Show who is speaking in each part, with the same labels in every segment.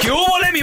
Speaker 1: ¿Qué hubo, le, mi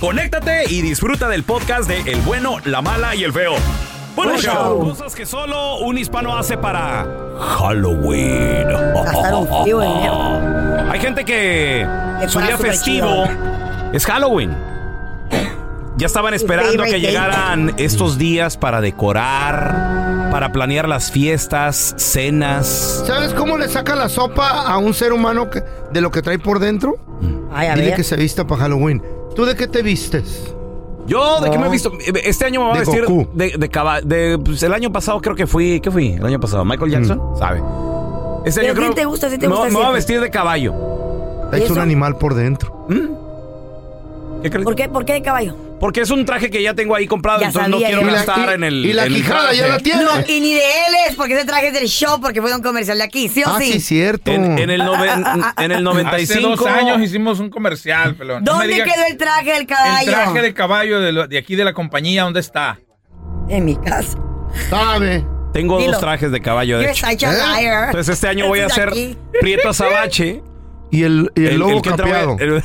Speaker 1: conéctate y disfruta del podcast de El bueno, la mala y el feo. Bueno,
Speaker 2: Buen
Speaker 1: show.
Speaker 2: show.
Speaker 1: Cosas que solo un hispano hace para Halloween.
Speaker 3: Ah.
Speaker 1: Hay gente que
Speaker 2: Que
Speaker 1: su
Speaker 2: fuera
Speaker 1: día
Speaker 2: súper
Speaker 1: festivo es Halloween. Ya estaban esperando
Speaker 2: favorite
Speaker 1: que
Speaker 2: day.
Speaker 1: llegaran estos días para decorar, para planear las fiestas, cenas.
Speaker 4: ¿Sabes cómo le saca la sopa a un ser humano que- de lo que trae por dentro?
Speaker 5: Mm.
Speaker 1: a
Speaker 4: Dile
Speaker 1: ver.
Speaker 4: que se vista para Halloween. ¿Tú de qué te vistes?
Speaker 1: Yo, ¿de qué me he
Speaker 4: No.
Speaker 1: visto? Este año me voy a
Speaker 4: De
Speaker 1: vestir
Speaker 4: Goku.
Speaker 1: de, de caba- de- pues, el año pasado creo que fui, ¿qué fui? El año pasado, Michael Jackson,
Speaker 4: Mm.
Speaker 1: ¿sabe?
Speaker 5: Pero a
Speaker 1: Este año
Speaker 5: ti
Speaker 1: creo
Speaker 5: te gusta, sí te
Speaker 1: me,
Speaker 5: gusta
Speaker 1: me voy a
Speaker 5: siempre.
Speaker 1: vestir de caballo.
Speaker 5: ¿Y
Speaker 4: Es
Speaker 5: eso?
Speaker 4: un animal por dentro.
Speaker 5: ¿Por qué? ¿Por qué de caballo?
Speaker 1: Porque es un traje que ya tengo ahí comprado,
Speaker 5: Ya
Speaker 1: entonces no
Speaker 5: sabía
Speaker 1: quiero
Speaker 5: yo. Y la-
Speaker 1: gastar
Speaker 5: y-
Speaker 1: en el
Speaker 4: y la
Speaker 1: en el
Speaker 4: quijada Ah, ya
Speaker 1: traje.
Speaker 4: la tiene.
Speaker 5: No, y ni de él es porque ese traje es del show porque fue de un comercial de aquí, ¿sí o sí?
Speaker 4: Ah, cierto.
Speaker 1: En, en el noven- en el 95.
Speaker 6: Hace dos años hicimos un comercial, pelón. No me
Speaker 5: ¿Dónde
Speaker 6: diga-
Speaker 5: quedó el traje del
Speaker 6: el
Speaker 5: caballo?
Speaker 6: traje de caballo de, lo- de aquí de la compañía? ¿Dónde está?
Speaker 5: En mi casa.
Speaker 4: Sabe.
Speaker 1: Tengo
Speaker 5: Dilo.
Speaker 1: dos trajes de caballo, de
Speaker 5: You're
Speaker 1: hecho.
Speaker 5: such a
Speaker 1: ¿Eh?
Speaker 5: liar.
Speaker 1: Entonces este año voy a
Speaker 5: Estás
Speaker 1: hacer
Speaker 5: aquí.
Speaker 1: Prieto Azabache.
Speaker 4: Y el, y el lobo
Speaker 1: que trae-
Speaker 4: capeado.
Speaker 1: el-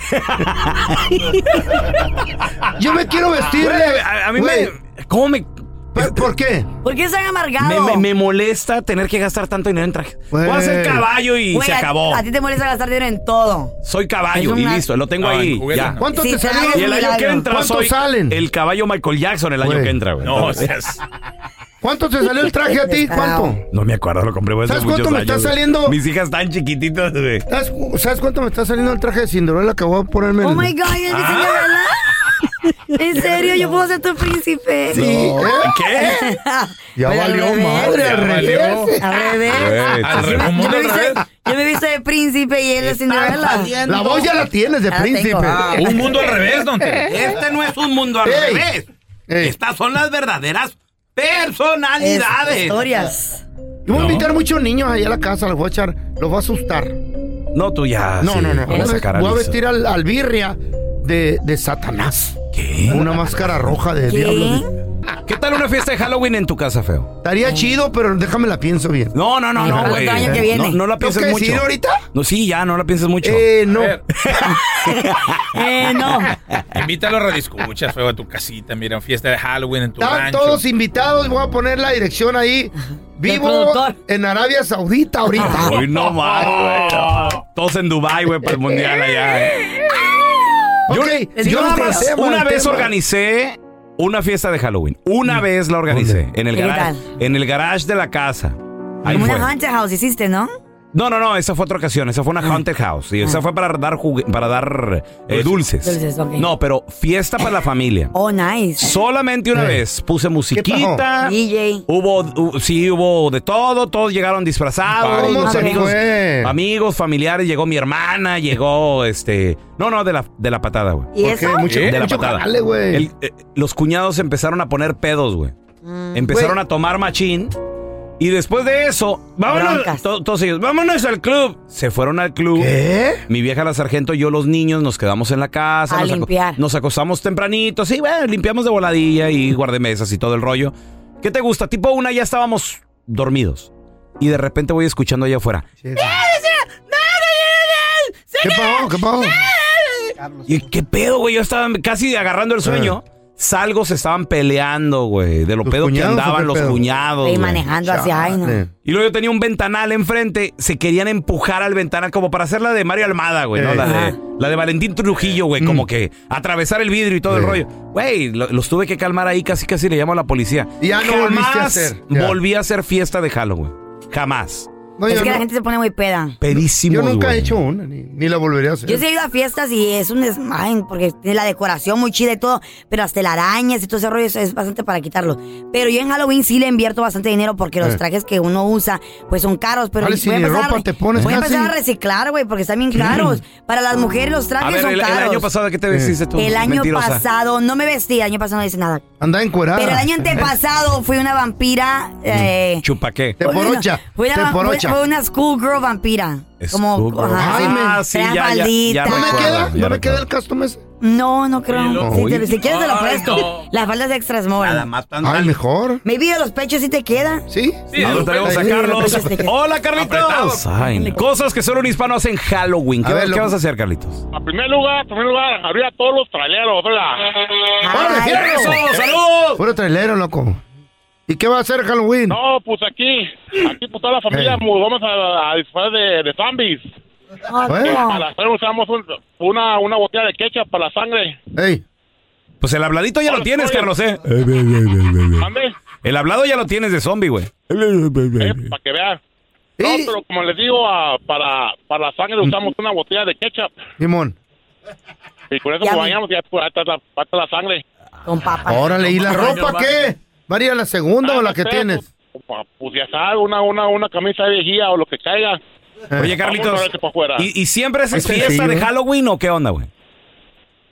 Speaker 4: Yo me quiero vestir
Speaker 1: Güey,
Speaker 4: de-
Speaker 1: a, a mí
Speaker 4: Ah, güey.
Speaker 1: me... ¿Cómo me...?
Speaker 4: ¿Por, qué?
Speaker 5: ¿Por qué se han
Speaker 1: Me,
Speaker 5: amargado?
Speaker 1: me- me molesta tener que gastar tanto dinero en trajes.
Speaker 4: Güey.
Speaker 1: Voy a ser caballo y
Speaker 5: Güey,
Speaker 1: se
Speaker 5: a-
Speaker 1: acabó.
Speaker 5: A, ti te molesta gastar dinero en todo.
Speaker 1: Soy caballo
Speaker 5: Es
Speaker 1: y
Speaker 5: una-
Speaker 1: listo, lo tengo
Speaker 6: No, en
Speaker 1: ahí.
Speaker 6: juguetes
Speaker 1: ya.
Speaker 6: no.
Speaker 4: ¿Cuánto
Speaker 5: Sí,
Speaker 4: te
Speaker 5: te
Speaker 4: salen?
Speaker 5: hago
Speaker 1: Y el año que
Speaker 5: milagro.
Speaker 1: entra
Speaker 4: ¿Cuántos
Speaker 1: soy
Speaker 4: salen?
Speaker 1: el caballo Michael Jackson el año
Speaker 4: Güey.
Speaker 1: que entra, güey.
Speaker 6: No, o
Speaker 1: Entonces-
Speaker 6: sea, es-
Speaker 4: ¿Cuánto te salió el traje a ti? ¿Cuánto?
Speaker 1: No me acuerdo, lo compré hace
Speaker 4: ¿Sabes
Speaker 1: muchos
Speaker 4: cuánto me está
Speaker 1: años, güey.
Speaker 4: saliendo?
Speaker 1: Mis hijas están chiquititas, güey.
Speaker 4: ¿Sabes, cu- sabes cuánto me está saliendo el traje de Cinderella que voy a ponerme?
Speaker 5: Oh
Speaker 4: el- Ah,
Speaker 5: my God, ¿es
Speaker 1: Ah.
Speaker 5: en serio, verdad? ¿En serio? ¿Yo puedo ser tu príncipe?
Speaker 4: Sí, ¿eh?
Speaker 1: ¿Qué?
Speaker 4: Ya
Speaker 5: Oye, al
Speaker 4: valió
Speaker 5: revés.
Speaker 4: madre,
Speaker 6: Ya
Speaker 4: al
Speaker 6: valió.
Speaker 4: revés.
Speaker 5: Al revés.
Speaker 6: Al
Speaker 1: Güey, sí,
Speaker 6: revés.
Speaker 5: Yo me, he visto,
Speaker 6: Al revés.
Speaker 5: yo me he visto de príncipe y él de Cinderella.
Speaker 4: La voz ya la tienes de
Speaker 5: Ya la
Speaker 4: príncipe.
Speaker 5: tengo. Ah.
Speaker 6: un mundo al revés, don Tele.
Speaker 1: Este no es un mundo al
Speaker 4: Ey.
Speaker 1: revés.
Speaker 4: Ey.
Speaker 1: Estas son las verdaderas
Speaker 5: Es-
Speaker 1: personalidades.
Speaker 5: Historias.
Speaker 4: Y voy a invitar muchos niños allá a la casa, los voy a echar, los voy a asustar.
Speaker 1: No, tú ya.
Speaker 4: No,
Speaker 1: Ah, sí,
Speaker 4: no, no.
Speaker 1: voy a sacar a
Speaker 4: voy a
Speaker 1: Lisa.
Speaker 4: vestir al, al birria de, de Satanás.
Speaker 1: ¿Qué?
Speaker 4: Una máscara roja de diablo.
Speaker 5: ¿Qué?
Speaker 1: ¿Qué tal una fiesta de Halloween en tu casa, feo?
Speaker 4: Estaría chido, pero déjame la pienso bien.
Speaker 1: No, no, no, no,
Speaker 5: Para
Speaker 1: güey.
Speaker 5: el año que viene.
Speaker 1: No, no la
Speaker 4: ¿Tengo
Speaker 1: pienses
Speaker 4: que
Speaker 1: mucho.
Speaker 4: decir ahorita?
Speaker 1: No, sí, ya, no la pienses mucho.
Speaker 4: Eh, no.
Speaker 6: A ver,
Speaker 4: Uh.
Speaker 5: Eh, no.
Speaker 6: Invítalo a radioescuchas, feo, a tu casita. Mira, fiesta de Halloween en tu
Speaker 4: Están
Speaker 6: rancho.
Speaker 4: todos invitados. Voy a poner la dirección ahí. Vivo
Speaker 5: productor.
Speaker 4: en Arabia Saudita ahorita.
Speaker 1: Uy, no más, güey. Todos en Dubai, güey, para el mundial allá. eh.
Speaker 4: Ok,
Speaker 1: Sí,
Speaker 4: yo
Speaker 1: nada
Speaker 4: no
Speaker 1: más,
Speaker 4: tema,
Speaker 1: una
Speaker 4: el
Speaker 1: vez
Speaker 4: tema.
Speaker 1: organicé una fiesta de Halloween. Una vez la organicé en el
Speaker 5: ¿Y qué
Speaker 1: garage,
Speaker 5: tal?
Speaker 1: en el garage de la casa. Ahí
Speaker 5: Como
Speaker 1: fue.
Speaker 5: una haunted house hiciste, ¿no?
Speaker 1: No, no, no, esa fue otra ocasión, esa fue una haunted house. Y esa fue para dar jugue- para dar eh, dulces.
Speaker 5: Dulces, ok.
Speaker 1: No, pero fiesta para la familia.
Speaker 5: Oh, nice.
Speaker 1: Solamente una vez puse musiquita.
Speaker 5: DJ.
Speaker 1: Hubo, hu- sí, hubo de todo, todos llegaron disfrazados,
Speaker 4: ¿Cómo
Speaker 1: los
Speaker 4: se
Speaker 1: amigos,
Speaker 4: fue?
Speaker 1: amigos, familiares, llegó mi hermana, llegó este, no, no, de la, de la patada, güey.
Speaker 5: ¿Y eso?
Speaker 4: Mucho,
Speaker 1: De la
Speaker 4: mucho
Speaker 1: patada.
Speaker 4: jale, güey.
Speaker 1: El- eh, los cuñados empezaron a poner pedos, güey.
Speaker 5: Mm.
Speaker 1: Empezaron
Speaker 4: Güey.
Speaker 1: a tomar machín. Y después de eso, vámonos,
Speaker 5: Broncas.
Speaker 1: to- todos ellos, vámonos al club. Se fueron al club.
Speaker 4: ¿Qué?
Speaker 1: Mi vieja la sargento, yo los niños nos quedamos en la casa.
Speaker 5: A
Speaker 1: Ah, nos aco-
Speaker 5: limpiar.
Speaker 1: nos acostamos tempranito. Sí, bueno, limpiamos de voladilla y guardemesas y todo el rollo. ¿Qué te gusta? Tipo una ya estábamos dormidos. Y de repente voy escuchando allá afuera.
Speaker 4: ¿Qué pasó? ¿Qué pasó?
Speaker 1: ¿Y qué pedo, güey? Yo estaba casi agarrando el sueño. Salgo, se estaban peleando, güey. De lo
Speaker 4: Ah. ¿Los
Speaker 1: pedo que
Speaker 4: cuñados o
Speaker 1: andaban
Speaker 4: qué
Speaker 1: los
Speaker 4: pedo?
Speaker 1: cuñados.
Speaker 5: Estoy
Speaker 1: güey.
Speaker 5: manejando hacia ahí, ¿no?
Speaker 4: Chale.
Speaker 1: Y luego yo tenía un ventanal enfrente. Se querían empujar al ventanal como para hacer la de Mario Almada, güey. ¿no?
Speaker 4: Ey.
Speaker 1: La, de,
Speaker 5: Ajá.
Speaker 1: la de Valentín Trujillo, güey.
Speaker 4: Mm.
Speaker 1: Como que atravesar el vidrio y todo el
Speaker 4: Ey.
Speaker 1: rollo. Güey, lo- los tuve que calmar ahí. Casi, casi le llamo a la policía.
Speaker 4: Y ya no
Speaker 1: Jamás
Speaker 4: volviste a hacer, ya.
Speaker 1: Volví a hacer fiesta de Halloween. Jamás.
Speaker 4: No,
Speaker 5: Es
Speaker 4: yo
Speaker 5: que la
Speaker 4: no-
Speaker 5: gente se pone muy peda.
Speaker 1: Pedísimo.
Speaker 4: Yo nunca he hecho una, ni, ni la volveré
Speaker 1: Este.
Speaker 4: a hacer.
Speaker 5: Yo sí he ido a fiestas y es un desmain, porque tiene la decoración muy chida y todo, pero las telarañas y todo ese rollo eso es bastante para quitarlo. Pero yo en Halloween sí le invierto bastante dinero porque los
Speaker 4: Eh.
Speaker 5: trajes que uno usa, pues son caros, pero
Speaker 4: Vale, si ni ropa
Speaker 5: re-
Speaker 4: te pones
Speaker 5: voy a empezar
Speaker 4: casi.
Speaker 5: a reciclar, güey, porque están bien caros. Para las mujeres los
Speaker 1: A
Speaker 5: trajes
Speaker 1: ver,
Speaker 5: son
Speaker 1: el, el
Speaker 5: caros.
Speaker 1: año pasado, ¿a ¿qué te vestiste tú?
Speaker 5: El año
Speaker 1: Mentirosa.
Speaker 5: pasado, no me vestí, el año pasado no hice nada.
Speaker 4: Andaba encuerada.
Speaker 5: Pero el año antepasado fui una
Speaker 1: Mm.
Speaker 5: vampira. Eh,
Speaker 1: Chupaqué.
Speaker 4: Te porocha,
Speaker 5: Fue una,
Speaker 4: te
Speaker 5: fue-
Speaker 4: porocha.
Speaker 5: Fue una schoolgirl vampira. Como,
Speaker 1: Schoolgirl.
Speaker 5: ajá,
Speaker 4: Ay,
Speaker 5: sí.
Speaker 4: men.
Speaker 5: Traía
Speaker 1: Ah, Sí, ya, ya, ya
Speaker 5: faldita.
Speaker 4: ¿No me
Speaker 1: recuerdo,
Speaker 4: queda?
Speaker 1: ya
Speaker 4: ¿No me queda
Speaker 1: recuerdo.
Speaker 4: el custom ese?
Speaker 5: No, no creo.
Speaker 1: Oye,
Speaker 5: Si, te- si quieres te lo
Speaker 6: ay,
Speaker 5: presto.
Speaker 6: no.
Speaker 5: Las faldas extras
Speaker 1: Nada
Speaker 5: moran.
Speaker 1: más tan
Speaker 4: Ay, mejor.
Speaker 5: Maybe de los pechos sí te queda.
Speaker 4: ¿Sí?
Speaker 6: Sí,
Speaker 1: Ahora tenemos a
Speaker 4: Sí,
Speaker 1: Carlos.
Speaker 5: sí, sí.
Speaker 1: Hola, Carlitos.
Speaker 6: Apretado.
Speaker 1: Ay, no. Cosas que solo un hispano hace en Halloween. ¿Qué,
Speaker 4: A ver,
Speaker 1: qué
Speaker 4: loco.
Speaker 1: vas a hacer, Carlitos?
Speaker 2: En primer lugar, en primer lugar, arriba todos los traileros, ¿verdad?
Speaker 4: ¡Órale,
Speaker 5: Ay,
Speaker 4: fierro!
Speaker 1: ¡Eso! ¡Saludos!
Speaker 4: Puro trailero, loco. ¿Y qué va a hacer Halloween?
Speaker 2: No, pues aquí, aquí pues toda la familia
Speaker 1: Eh.
Speaker 4: Ey.
Speaker 2: mu- vamos a, a disfrazar de, de zombies.
Speaker 5: Ah, no,
Speaker 1: Pues.
Speaker 4: Bueno.
Speaker 2: Para hacer usamos un- una, una botella de ketchup para la sangre.
Speaker 4: Ey,
Speaker 1: Pues el habladito ya lo
Speaker 2: Hola,
Speaker 1: tienes,
Speaker 2: soy-
Speaker 1: Carlos, ¿eh?
Speaker 2: ¿Mande?
Speaker 1: El hablado ya lo tienes de zombie, güey.
Speaker 2: Eh, para que vean. No,
Speaker 4: ¿Y?
Speaker 2: pero como les digo, ah, para, para la sangre usamos una botella de ketchup.
Speaker 4: Limón.
Speaker 2: Y con eso
Speaker 5: Ya
Speaker 2: nos
Speaker 5: vi.
Speaker 2: bañamos y ya pues, ahí está la, ahí está la sangre.
Speaker 5: Con papas.
Speaker 4: Órale, ¿y la
Speaker 6: Ay, no,
Speaker 4: ropa
Speaker 6: va.
Speaker 4: qué? ¿Varía la segunda o la que
Speaker 2: Ah, no sé,
Speaker 4: tienes?
Speaker 2: Pues, pues, pues, ya sabes, una, una, una camisa viejía o lo que caiga.
Speaker 1: Oye, Carlitos.
Speaker 2: Vamos a ver qué pa' afuera.
Speaker 1: ¿y, y siempre es
Speaker 4: Eh. Es
Speaker 1: fiesta
Speaker 4: sencillo.
Speaker 1: de Halloween o qué onda, güey?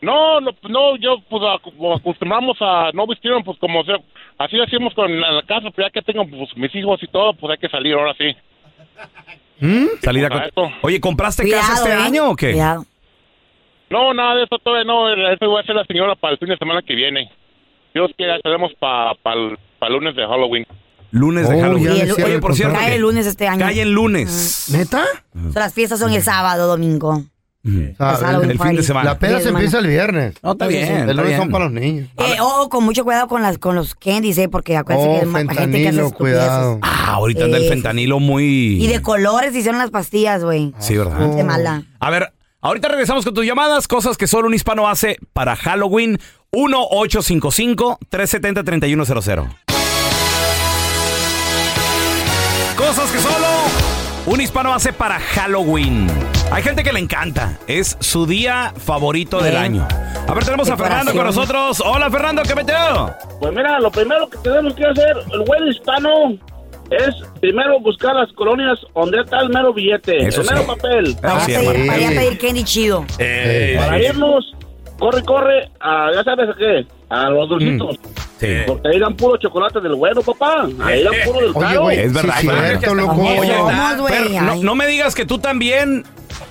Speaker 2: No, no, pues, no, yo pues a- como acostumbramos a no vestirnos pues como sea, así lo hacíamos con en la casa, pero ya que tengo pues mis hijos y todo, pues hay que salir ahora sí.
Speaker 1: ¿Mm?
Speaker 2: Pues,
Speaker 1: Salida con...
Speaker 2: Exacto.
Speaker 1: Oye, ¿compraste
Speaker 5: Cuidado,
Speaker 1: casa este
Speaker 5: ¿eh?
Speaker 1: año o qué?
Speaker 5: Cuidado.
Speaker 2: No, nada de eso todavía no, eso voy a hacer la señora para el fin de semana que viene. Dios quiera, estaremos para el lunes de Halloween.
Speaker 1: Lunes de
Speaker 4: Oh,
Speaker 1: Halloween.
Speaker 4: ya
Speaker 5: le
Speaker 1: Oye,
Speaker 4: cierro
Speaker 1: por
Speaker 4: el contrato.
Speaker 1: cierto.
Speaker 4: Mm.
Speaker 5: Cae
Speaker 1: que-
Speaker 5: el lunes este año.
Speaker 1: Cae el lunes.
Speaker 4: ¿Neta? Mm.
Speaker 5: O sea, las fiestas son el sábado, domingo.
Speaker 1: Mm.
Speaker 4: Ah,
Speaker 5: Los Halloween
Speaker 1: el fin de
Speaker 5: parties.
Speaker 1: semana.
Speaker 4: La peda
Speaker 5: Sí,
Speaker 4: se
Speaker 5: hermano.
Speaker 4: empieza el viernes.
Speaker 1: No, está
Speaker 5: Sí, sí, sí.
Speaker 1: bien. está
Speaker 4: El lunes son
Speaker 1: bien.
Speaker 4: para los niños.
Speaker 5: Eh, ojo, con mucho cuidado con las con los candies, ¿eh? Porque acuérdense
Speaker 4: Oh,
Speaker 5: que hay ma- gente que hace
Speaker 4: fentanilo,
Speaker 5: estupideces.
Speaker 4: cuidado.
Speaker 1: Ah, ahorita anda el
Speaker 5: Eh,
Speaker 1: fentanilo muy...
Speaker 5: Y de colores hicieron las pastillas, güey.
Speaker 1: Sí, ¿verdad?
Speaker 5: Qué mala.
Speaker 1: A ver, ahorita regresamos con tus llamadas, cosas que solo un hispano hace para Halloween. 1-855-370-3100. Cosas que solo un hispano hace para Halloween. Hay gente que le encanta. Es su día favorito del
Speaker 5: Eh.
Speaker 1: año. A ver, tenemos a Fernando con
Speaker 5: Decoración.
Speaker 1: nosotros. Hola, Fernando, ¿qué meteo?
Speaker 7: Pues mira, lo primero que tenemos que hacer, el buen hispano, es primero buscar las colonias donde está el mero billete,
Speaker 1: Eso
Speaker 7: el
Speaker 1: sí.
Speaker 7: mero papel.
Speaker 1: Ah,
Speaker 5: Para
Speaker 1: sí,
Speaker 5: ir a
Speaker 1: hermano.
Speaker 5: pedir- para ir a
Speaker 4: Sí.
Speaker 5: pedir candy chido.
Speaker 4: Eh,
Speaker 7: Para irnos, corre, corre, a, ya sabes a qué, a los dulcitos.
Speaker 1: Mm.
Speaker 7: Porque ahí dan puro chocolate del bueno, papá. Ahí dan puro del
Speaker 4: Oye,
Speaker 7: caro.
Speaker 4: güey,
Speaker 1: es
Speaker 4: sí
Speaker 1: verdad,
Speaker 4: es cierto, loco.
Speaker 1: Oye,
Speaker 5: Vamos, güey,
Speaker 1: Fer, no,
Speaker 5: ay.
Speaker 1: no me digas que tú también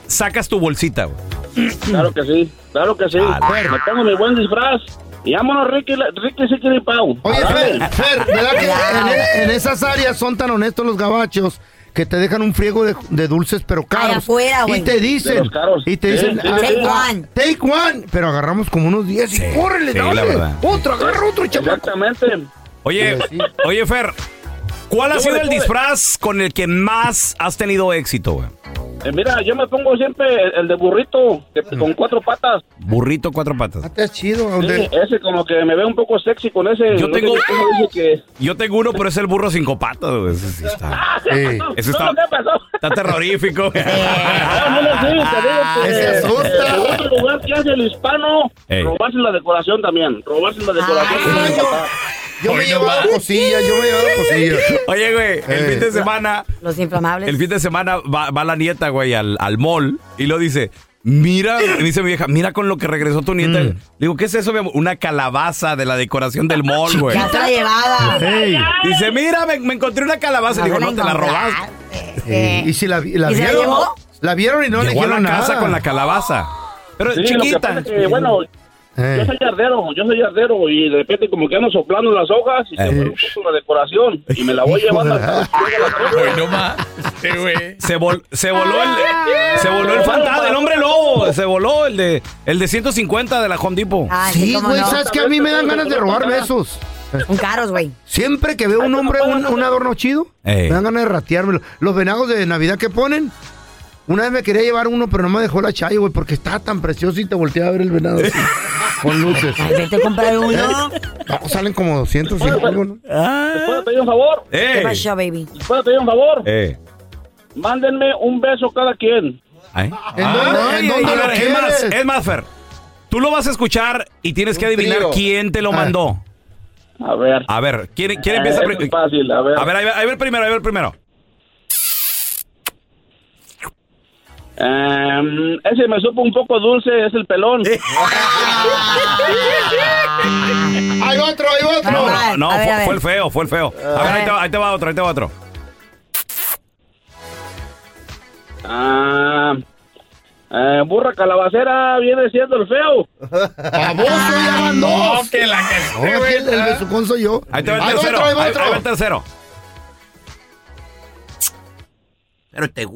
Speaker 1: sacas tu bolsita. güey. Ah,
Speaker 7: Claro que sí, claro que sí.
Speaker 1: Claro.
Speaker 7: Me pongo mi buen disfraz. Y vámonos, Ricky, Ricky, Ricky, y Pau.
Speaker 4: Oye,
Speaker 7: A darle.
Speaker 4: Fer, Fer, ¿verdad que en, en esas áreas son tan honestos los gabachos que te dejan un friego de, de dulces pero caros?
Speaker 5: afuera, güey.
Speaker 4: Y te
Speaker 7: De
Speaker 4: dicen,
Speaker 7: los caros.
Speaker 4: y te dicen,
Speaker 7: Sí, sí,
Speaker 4: ah,
Speaker 5: sí.
Speaker 4: ah,
Speaker 5: Take one.
Speaker 4: take one, pero agarramos como unos 10
Speaker 1: Sí,
Speaker 4: y córrele,
Speaker 1: sí, la
Speaker 4: dale,
Speaker 1: verdad.
Speaker 4: otro, agarra otro, chaval.
Speaker 7: Exactamente.
Speaker 1: Oye,
Speaker 4: Sí.
Speaker 1: oye, Fer, ¿cuál ha
Speaker 7: Yo
Speaker 1: sido
Speaker 7: voy,
Speaker 1: el
Speaker 7: yo voy.
Speaker 1: disfraz con el que más has tenido éxito, güey?
Speaker 7: Eh, mira, yo me pongo siempre el, el de burrito, que- con cuatro patas.
Speaker 1: Mm. Burrito cuatro patas.
Speaker 4: Está chido.
Speaker 7: Sí, ese como que me veo un poco sexy con ese.
Speaker 1: Yo tengo-
Speaker 7: sé cómo dice que-
Speaker 1: Yo tengo uno, pero es el burro cinco patas, güey. Ese sí está, ese está,
Speaker 7: No, ¿qué pasó?
Speaker 1: está terrorífico.
Speaker 7: Ah, bueno, sí, te digo que,
Speaker 4: Se asusta.
Speaker 7: eh, en otro lugar que hace el hispano,
Speaker 1: Ey.
Speaker 7: robarse la decoración también. Robarse la decoración.
Speaker 4: Ah, yo, yo me he llevado cosillas, yo me he llevado cosillas.
Speaker 1: Oye, güey, el
Speaker 4: Eh.
Speaker 1: fin de semana,
Speaker 5: Los inflamables.
Speaker 1: el fin de semana va, va la nieta, güey, al, al mall y lo dice. Mira, me dice mi vieja, mira con lo que regresó tu
Speaker 4: Mm.
Speaker 1: nieta. Digo, ¿qué es eso, mi amor? Una calabaza de la decoración del mall, güey.
Speaker 5: Ya está llevada.
Speaker 1: Dice, mira, me, me encontré una calabaza. Digo, no te la robaste.
Speaker 4: Eh, ¿Y si la, vi- la
Speaker 5: ¿Y se la
Speaker 4: vieron?
Speaker 5: llevó?
Speaker 4: la vieron y no le
Speaker 1: Llegó a
Speaker 4: dijeron
Speaker 1: la
Speaker 4: nada.
Speaker 1: casa con la calabaza. Pero
Speaker 7: Sí, lo que pasa
Speaker 1: chiquita.
Speaker 7: es que, bueno, yo
Speaker 4: Eh.
Speaker 7: soy yardero, yo soy yardero y de repente como que ando soplando las hojas y se
Speaker 1: Eh.
Speaker 7: me puso la decoración y me la voy
Speaker 4: Hijo
Speaker 7: llevando.
Speaker 4: de la-
Speaker 7: hasta-
Speaker 3: Hoy no más. Este, güey.
Speaker 1: Se, vol- se voló el se voló el fantasma, el hombre lobo, se voló el de el de 150 de la Home Depot.
Speaker 5: Ah, sí,
Speaker 4: Sí,
Speaker 5: cómo
Speaker 4: güey,
Speaker 5: no.
Speaker 4: ¿sabes que A mí me dan ganas de robarme esos.
Speaker 5: Son caros, güey.
Speaker 4: Siempre que veo un hombre, un, un adorno chido,
Speaker 1: Ey.
Speaker 4: me dan ganas de rateármelo. Los venagos de Navidad que ponen. Una vez me quería llevar uno, pero no me dejó la chayo, güey, porque estaba tan precioso y te volteaba a ver el venado así, con luces. ¿Eh?
Speaker 5: Ay, vete a comprar uno.
Speaker 4: No, salen como 205, algo, ¿no?
Speaker 7: ¿Les puedo pedir un favor?
Speaker 5: ¿Qué
Speaker 1: ¡Ey!
Speaker 5: pasó, baby?
Speaker 7: ¿Les puedo pedir un favor?
Speaker 1: ¡Eh!
Speaker 7: Mándenme un beso cada quien.
Speaker 1: ¿Ay?
Speaker 4: ¿En dónde,
Speaker 1: Ay,
Speaker 4: en dónde
Speaker 1: a
Speaker 4: lo
Speaker 1: ver, es más,
Speaker 4: quieres?
Speaker 1: es más, Fer, tú lo vas a escuchar y tienes que adivinar
Speaker 4: trío.
Speaker 1: quién te lo
Speaker 4: Ah.
Speaker 1: mandó.
Speaker 7: A ver.
Speaker 1: A ver, ¿quién, quién
Speaker 7: Eh,
Speaker 1: empieza?
Speaker 7: eso
Speaker 1: pri-
Speaker 7: es fácil, a ver.
Speaker 1: A ver, ahí va- ahí va el primero, ahí va el primero.
Speaker 7: Em, ese me supo un poco dulce, es el pelón.
Speaker 4: Hay otro, hay otro.
Speaker 5: Normal.
Speaker 1: No,
Speaker 5: A ver,
Speaker 1: fue,
Speaker 5: a ver.
Speaker 1: fue el feo, fue el feo.
Speaker 4: Ah.
Speaker 1: A ver, ahí te, va- ahí te va otro, ahí te va otro.
Speaker 7: Ah, eh, burra calabacera viene siendo el feo. Ah,
Speaker 4: Baboso, ya mandó.
Speaker 3: No, que la que
Speaker 4: No,
Speaker 3: este,
Speaker 4: aquí
Speaker 3: güey.
Speaker 4: el, el besucón soy yo.
Speaker 1: Ahí te va el
Speaker 4: Hay Ah,
Speaker 1: tercero.
Speaker 4: otro, hay
Speaker 1: ahí-
Speaker 4: otro.
Speaker 1: ahí va el tercero.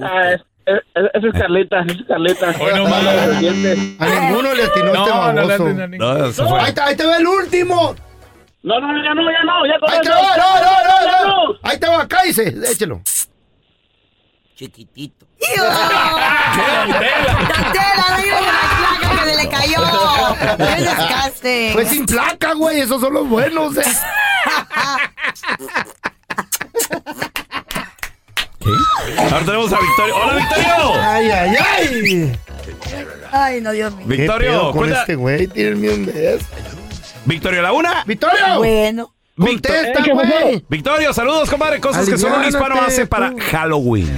Speaker 7: Ah, es- es- es- esa es Carlita, esa es Carlita.
Speaker 3: Hoy no más.
Speaker 7: Los dientes.
Speaker 4: A ninguno le atinó este
Speaker 3: No, no le
Speaker 4: baboso.
Speaker 3: hacen a ningún-
Speaker 1: No, se fue.
Speaker 4: ahí, te, ahí te va el último.
Speaker 7: No, no, ya no, ya no, ya con
Speaker 4: Ahí te
Speaker 7: eso.
Speaker 4: va, no,
Speaker 7: Ya
Speaker 4: no, no,
Speaker 7: no.
Speaker 4: no. Ahí te va, cállese. Échelo.
Speaker 5: ¡Datela, reina de la placa que se le cayó! ¡Qué desgaste!
Speaker 4: Fue sin placa, güey. Esos son los buenos. eh.
Speaker 1: Ahora tenemos a Victorio. ¡Hola, Victorio!
Speaker 4: Ay, ay, ay.
Speaker 5: Ay, no, Dios mío.
Speaker 4: ¿Qué pedo
Speaker 1: Victorio,
Speaker 4: con
Speaker 1: cuenta.
Speaker 4: este güey? Tiene el mío en vez.
Speaker 1: Victorio, la una.
Speaker 4: Victorio,
Speaker 5: Bueno.
Speaker 1: Victor-
Speaker 4: contesta, güey.
Speaker 1: Victorio, saludos, compadre. Cosas que solo un hispano
Speaker 4: Aliviánate,
Speaker 1: hace para
Speaker 4: tú.
Speaker 1: Halloween.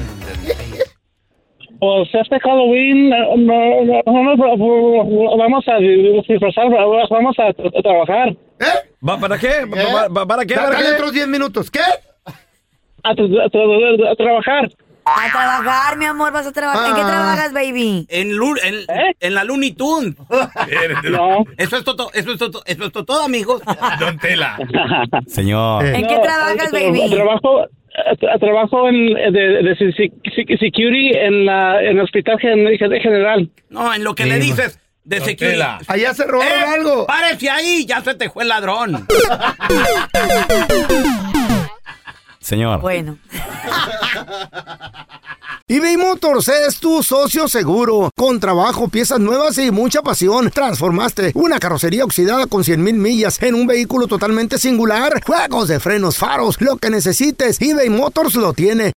Speaker 8: Pues este Halloween eh, no, no, no,
Speaker 7: pues,
Speaker 8: no, no, vamos a disfrazar, vamos a tra- trabajar,
Speaker 4: ¿Eh?
Speaker 1: ¿Va- ¿Para qué?
Speaker 4: ¿Eh?
Speaker 1: ¿Va- va- ¿Para qué?
Speaker 4: Da-
Speaker 1: ¿Para
Speaker 4: Dale
Speaker 1: qué?
Speaker 4: otros 10 minutos. ¿Qué?
Speaker 8: a, tra- tra- a trabajar.
Speaker 5: A trabajar, mi amor, vas a trabajar. ¿En qué
Speaker 4: Ah.
Speaker 5: trabajas, baby?
Speaker 9: En, Lu- en, en la Looney Tunes.
Speaker 8: No,
Speaker 9: Eso es todo, eso es todo, eso es todo, amigos.
Speaker 3: Don Tela.
Speaker 1: Señor.
Speaker 4: Eh.
Speaker 5: ¿En qué
Speaker 8: No, tra-
Speaker 5: trabajas, baby?
Speaker 8: Trabajo, eh, tra- trabajo en, eh, de, de se- se- security en, la, en el hospital gen- gen- general.
Speaker 9: No, en lo que le dices de
Speaker 3: Don
Speaker 9: security.
Speaker 3: Tela.
Speaker 4: Allá se robaron
Speaker 9: Eh,
Speaker 4: algo.
Speaker 9: Párese ahí, ya se te fue el ladrón.
Speaker 1: Señor.
Speaker 5: Bueno.
Speaker 4: eBay Motors es tu socio seguro. Con trabajo, piezas nuevas y mucha pasión, transformaste una carrocería oxidada con 100 mil millas en un vehículo totalmente singular. Juegos de frenos, faros, lo que necesites, eBay Motors lo tiene.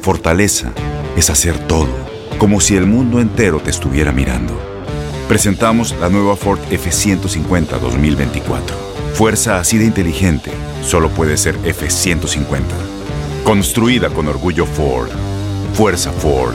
Speaker 10: fortaleza es hacer todo, como si el mundo entero te estuviera mirando. Presentamos la nueva Ford F150 2024. Fuerza así de inteligente solo puede ser F150. Construida con orgullo Ford. Fuerza Ford.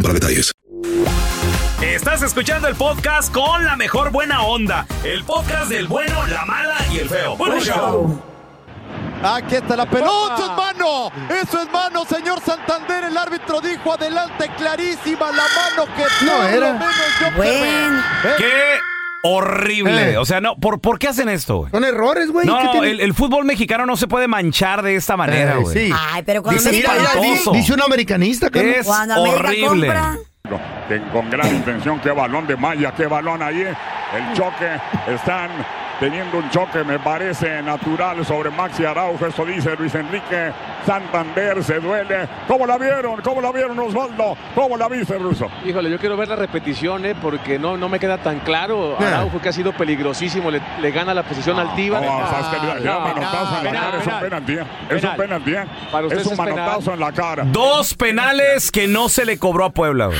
Speaker 11: para detalles.
Speaker 12: Estás escuchando el podcast con la mejor buena onda. El podcast del bueno, la mala y el feo. Buen show.
Speaker 13: Aquí está la pelota. ¡No, eso es mano! ¡Eso es mano, señor Santander! El árbitro dijo adelante clarísima la mano que
Speaker 1: No
Speaker 13: por lo
Speaker 1: era.
Speaker 13: menos yo
Speaker 1: Buen.
Speaker 4: Eh.
Speaker 13: quemé.
Speaker 1: ¡Qué horrible! O sea, no, ¿por, ¿por qué hacen esto, güey?
Speaker 4: Son errores, güey. ¿qué
Speaker 1: No,
Speaker 4: tiene?
Speaker 1: el, el fútbol mexicano no se puede manchar de esta manera,
Speaker 4: Eh,
Speaker 1: güey.
Speaker 4: sí.
Speaker 5: Ay, pero cuando
Speaker 4: dice,
Speaker 5: América
Speaker 4: mira, mira, di-
Speaker 1: Oso.
Speaker 4: dice un americanista, Carlos.
Speaker 1: Es horrible.
Speaker 14: Con gran intención, qué balón de Maya, qué balón ahí. eh. El choque, están teniendo un choque, me parece natural sobre Maxi Araujo. Eso dice Luis Enrique Santander, se duele. ¿Cómo la vieron? ¿Cómo la vieron, Osvaldo? ¿Cómo la viste, Ruso?
Speaker 15: Híjole, yo quiero ver la repetición, ¿eh? porque no, no me queda tan claro.
Speaker 4: Eh.
Speaker 14: Nah.
Speaker 15: Araujo que ha sido peligrosísimo, le, le gana la posición altiva.
Speaker 14: No, sabes que ya- ya
Speaker 15: no,
Speaker 14: manotazo en la
Speaker 15: penal,
Speaker 14: cara, es un
Speaker 15: penal.
Speaker 14: penalti. ¿eh? Es un
Speaker 15: Penal.
Speaker 14: penalti. ¿eh?
Speaker 15: Para
Speaker 14: Es
Speaker 15: ustedes
Speaker 14: un
Speaker 15: es penal.
Speaker 14: manotazo en la cara.
Speaker 1: Dos penales que no se le cobró a Puebla, güey.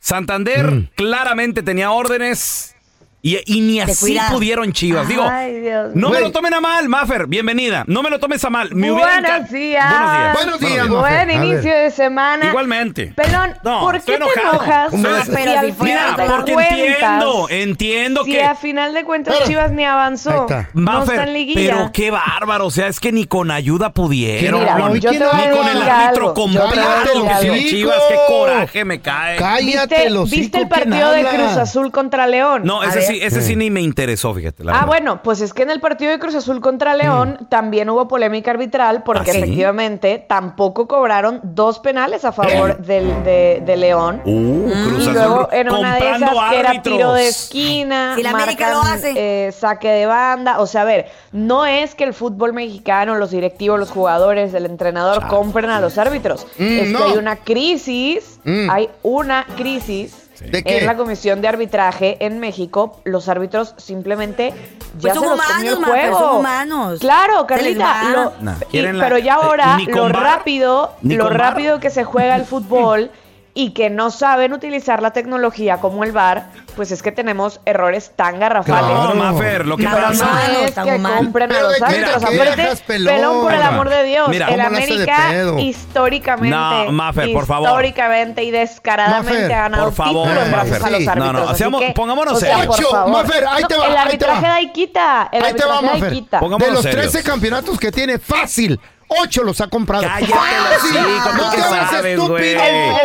Speaker 1: Santander
Speaker 4: Mm.
Speaker 1: claramente tenía órdenes y, y ni
Speaker 16: Te
Speaker 1: así
Speaker 16: cuidas.
Speaker 1: pudieron Chivas. Digo,
Speaker 16: Ay, Dios
Speaker 1: no me
Speaker 16: mío.
Speaker 1: lo tomen a mal, Maffer, bienvenida. No me lo tomes a mal. Me hubiera
Speaker 16: Buenos
Speaker 1: encan-
Speaker 16: días.
Speaker 1: Buenos días.
Speaker 16: Buen inicio de semana.
Speaker 1: Igualmente.
Speaker 16: Pelón,
Speaker 1: No,
Speaker 16: ¿por
Speaker 1: estoy
Speaker 16: qué te
Speaker 1: enojado.
Speaker 16: enojas? Ah,
Speaker 1: ¿Cómo vas a-
Speaker 16: si al
Speaker 1: Mira,
Speaker 16: final de
Speaker 1: porque
Speaker 16: cuentas,
Speaker 1: entiendo, entiendo
Speaker 16: Si
Speaker 1: que...
Speaker 16: a final de cuentas
Speaker 1: Espera.
Speaker 16: Chivas ni avanzó, no
Speaker 1: Maffer,
Speaker 16: está en liguilla.
Speaker 1: pero qué bárbaro, o sea, es que ni con ayuda pudieron.
Speaker 16: Mira,
Speaker 1: ni
Speaker 16: yo te voy a
Speaker 1: ni con el
Speaker 16: decir
Speaker 1: árbitro
Speaker 16: algo,
Speaker 1: comprado.
Speaker 16: yo te voy a decir algo.
Speaker 1: Chivas, qué coraje me cae.
Speaker 16: ¿Viste, ¿viste el partido de Cruz Azul contra León?
Speaker 1: No,
Speaker 16: A
Speaker 1: ese
Speaker 16: ver.
Speaker 1: sí, ese sí ni me interesó, fíjate. La
Speaker 16: Ah,
Speaker 1: verdad. Mm.
Speaker 16: bueno, pues es que en el partido de Cruz Azul contra León también hubo polémica arbitral porque
Speaker 1: ¿Ah, sí?
Speaker 16: efectivamente tampoco cobraron dos penales a favor del, de, de León.
Speaker 1: Uh, Cruz
Speaker 16: y
Speaker 1: Azul
Speaker 16: luego en una de
Speaker 1: comprando
Speaker 16: esas que era
Speaker 1: árbitros.
Speaker 16: tiro de esquina,
Speaker 5: Si la América
Speaker 16: marcan,
Speaker 5: lo hace.
Speaker 16: eh, saque de banda, o sea, a ver, no es que el fútbol mexicano, los directivos, los jugadores, el entrenador compren a los árbitros.
Speaker 4: Mm,
Speaker 16: es
Speaker 4: no.
Speaker 16: que hay una crisis,
Speaker 4: Mm.
Speaker 16: hay una crisis.
Speaker 4: ¿De qué?
Speaker 16: En la comisión de arbitraje en México, los árbitros simplemente ya
Speaker 5: Pues son
Speaker 16: se los
Speaker 5: humanos,
Speaker 16: comió el
Speaker 5: ma, pero
Speaker 16: juego.
Speaker 5: son humanos.
Speaker 16: Claro,
Speaker 5: Se les
Speaker 16: Carlita.
Speaker 5: va.
Speaker 16: lo-
Speaker 1: No,
Speaker 16: y-
Speaker 1: quieren la-
Speaker 16: pero ya
Speaker 1: eh,
Speaker 16: ahora,
Speaker 1: ni con
Speaker 16: lo
Speaker 1: VAR,
Speaker 16: rápido,
Speaker 1: ni
Speaker 16: lo
Speaker 1: con VAR.
Speaker 16: rápido que se juega el fútbol y que no saben utilizar la tecnología como el VAR, pues es que tenemos errores tan garrafales.
Speaker 1: Claro, Mafer, lo que
Speaker 16: No,
Speaker 1: pasa-
Speaker 16: no es
Speaker 5: tan
Speaker 16: que
Speaker 5: humano.
Speaker 16: compren a
Speaker 5: Pero
Speaker 16: los
Speaker 5: ¿de qué te
Speaker 16: árbitros.
Speaker 5: quejas,
Speaker 16: Aparte,
Speaker 5: pelón?
Speaker 16: pelón, por el
Speaker 1: Ahí va.
Speaker 16: amor de Dios,
Speaker 1: Mira.
Speaker 16: el
Speaker 1: ¿Cómo le hace de
Speaker 16: América
Speaker 1: pedo?
Speaker 16: históricamente,
Speaker 1: No, Mafer, por favor.
Speaker 16: históricamente y descaradamente
Speaker 1: Mafer,
Speaker 16: ha ganado
Speaker 1: por favor,
Speaker 16: títulos gracias a
Speaker 1: Mafer.
Speaker 16: los
Speaker 1: Sí. No, no,
Speaker 16: árbitros. Así
Speaker 1: seamos-
Speaker 16: que,
Speaker 1: pongámonos
Speaker 16: o sea,
Speaker 1: serios.
Speaker 16: por
Speaker 4: Ocho,
Speaker 16: favor.
Speaker 4: Mafer, ahí
Speaker 16: No,
Speaker 4: te va,
Speaker 16: El
Speaker 4: ahí te
Speaker 16: arbitraje
Speaker 4: va.
Speaker 16: da y quita. El
Speaker 4: Ahí te va,
Speaker 16: arbitraje da
Speaker 4: Mafer.
Speaker 16: y quita.
Speaker 4: De los 13 campeonatos que tiene, fácil. 8 los ha comprado.
Speaker 1: Cállate,
Speaker 4: ¡Fácil!
Speaker 1: el hocico,
Speaker 4: ¡No
Speaker 1: ¿tú
Speaker 4: te
Speaker 1: qué
Speaker 4: hagas
Speaker 1: sabes,
Speaker 4: estúpido!
Speaker 1: güey?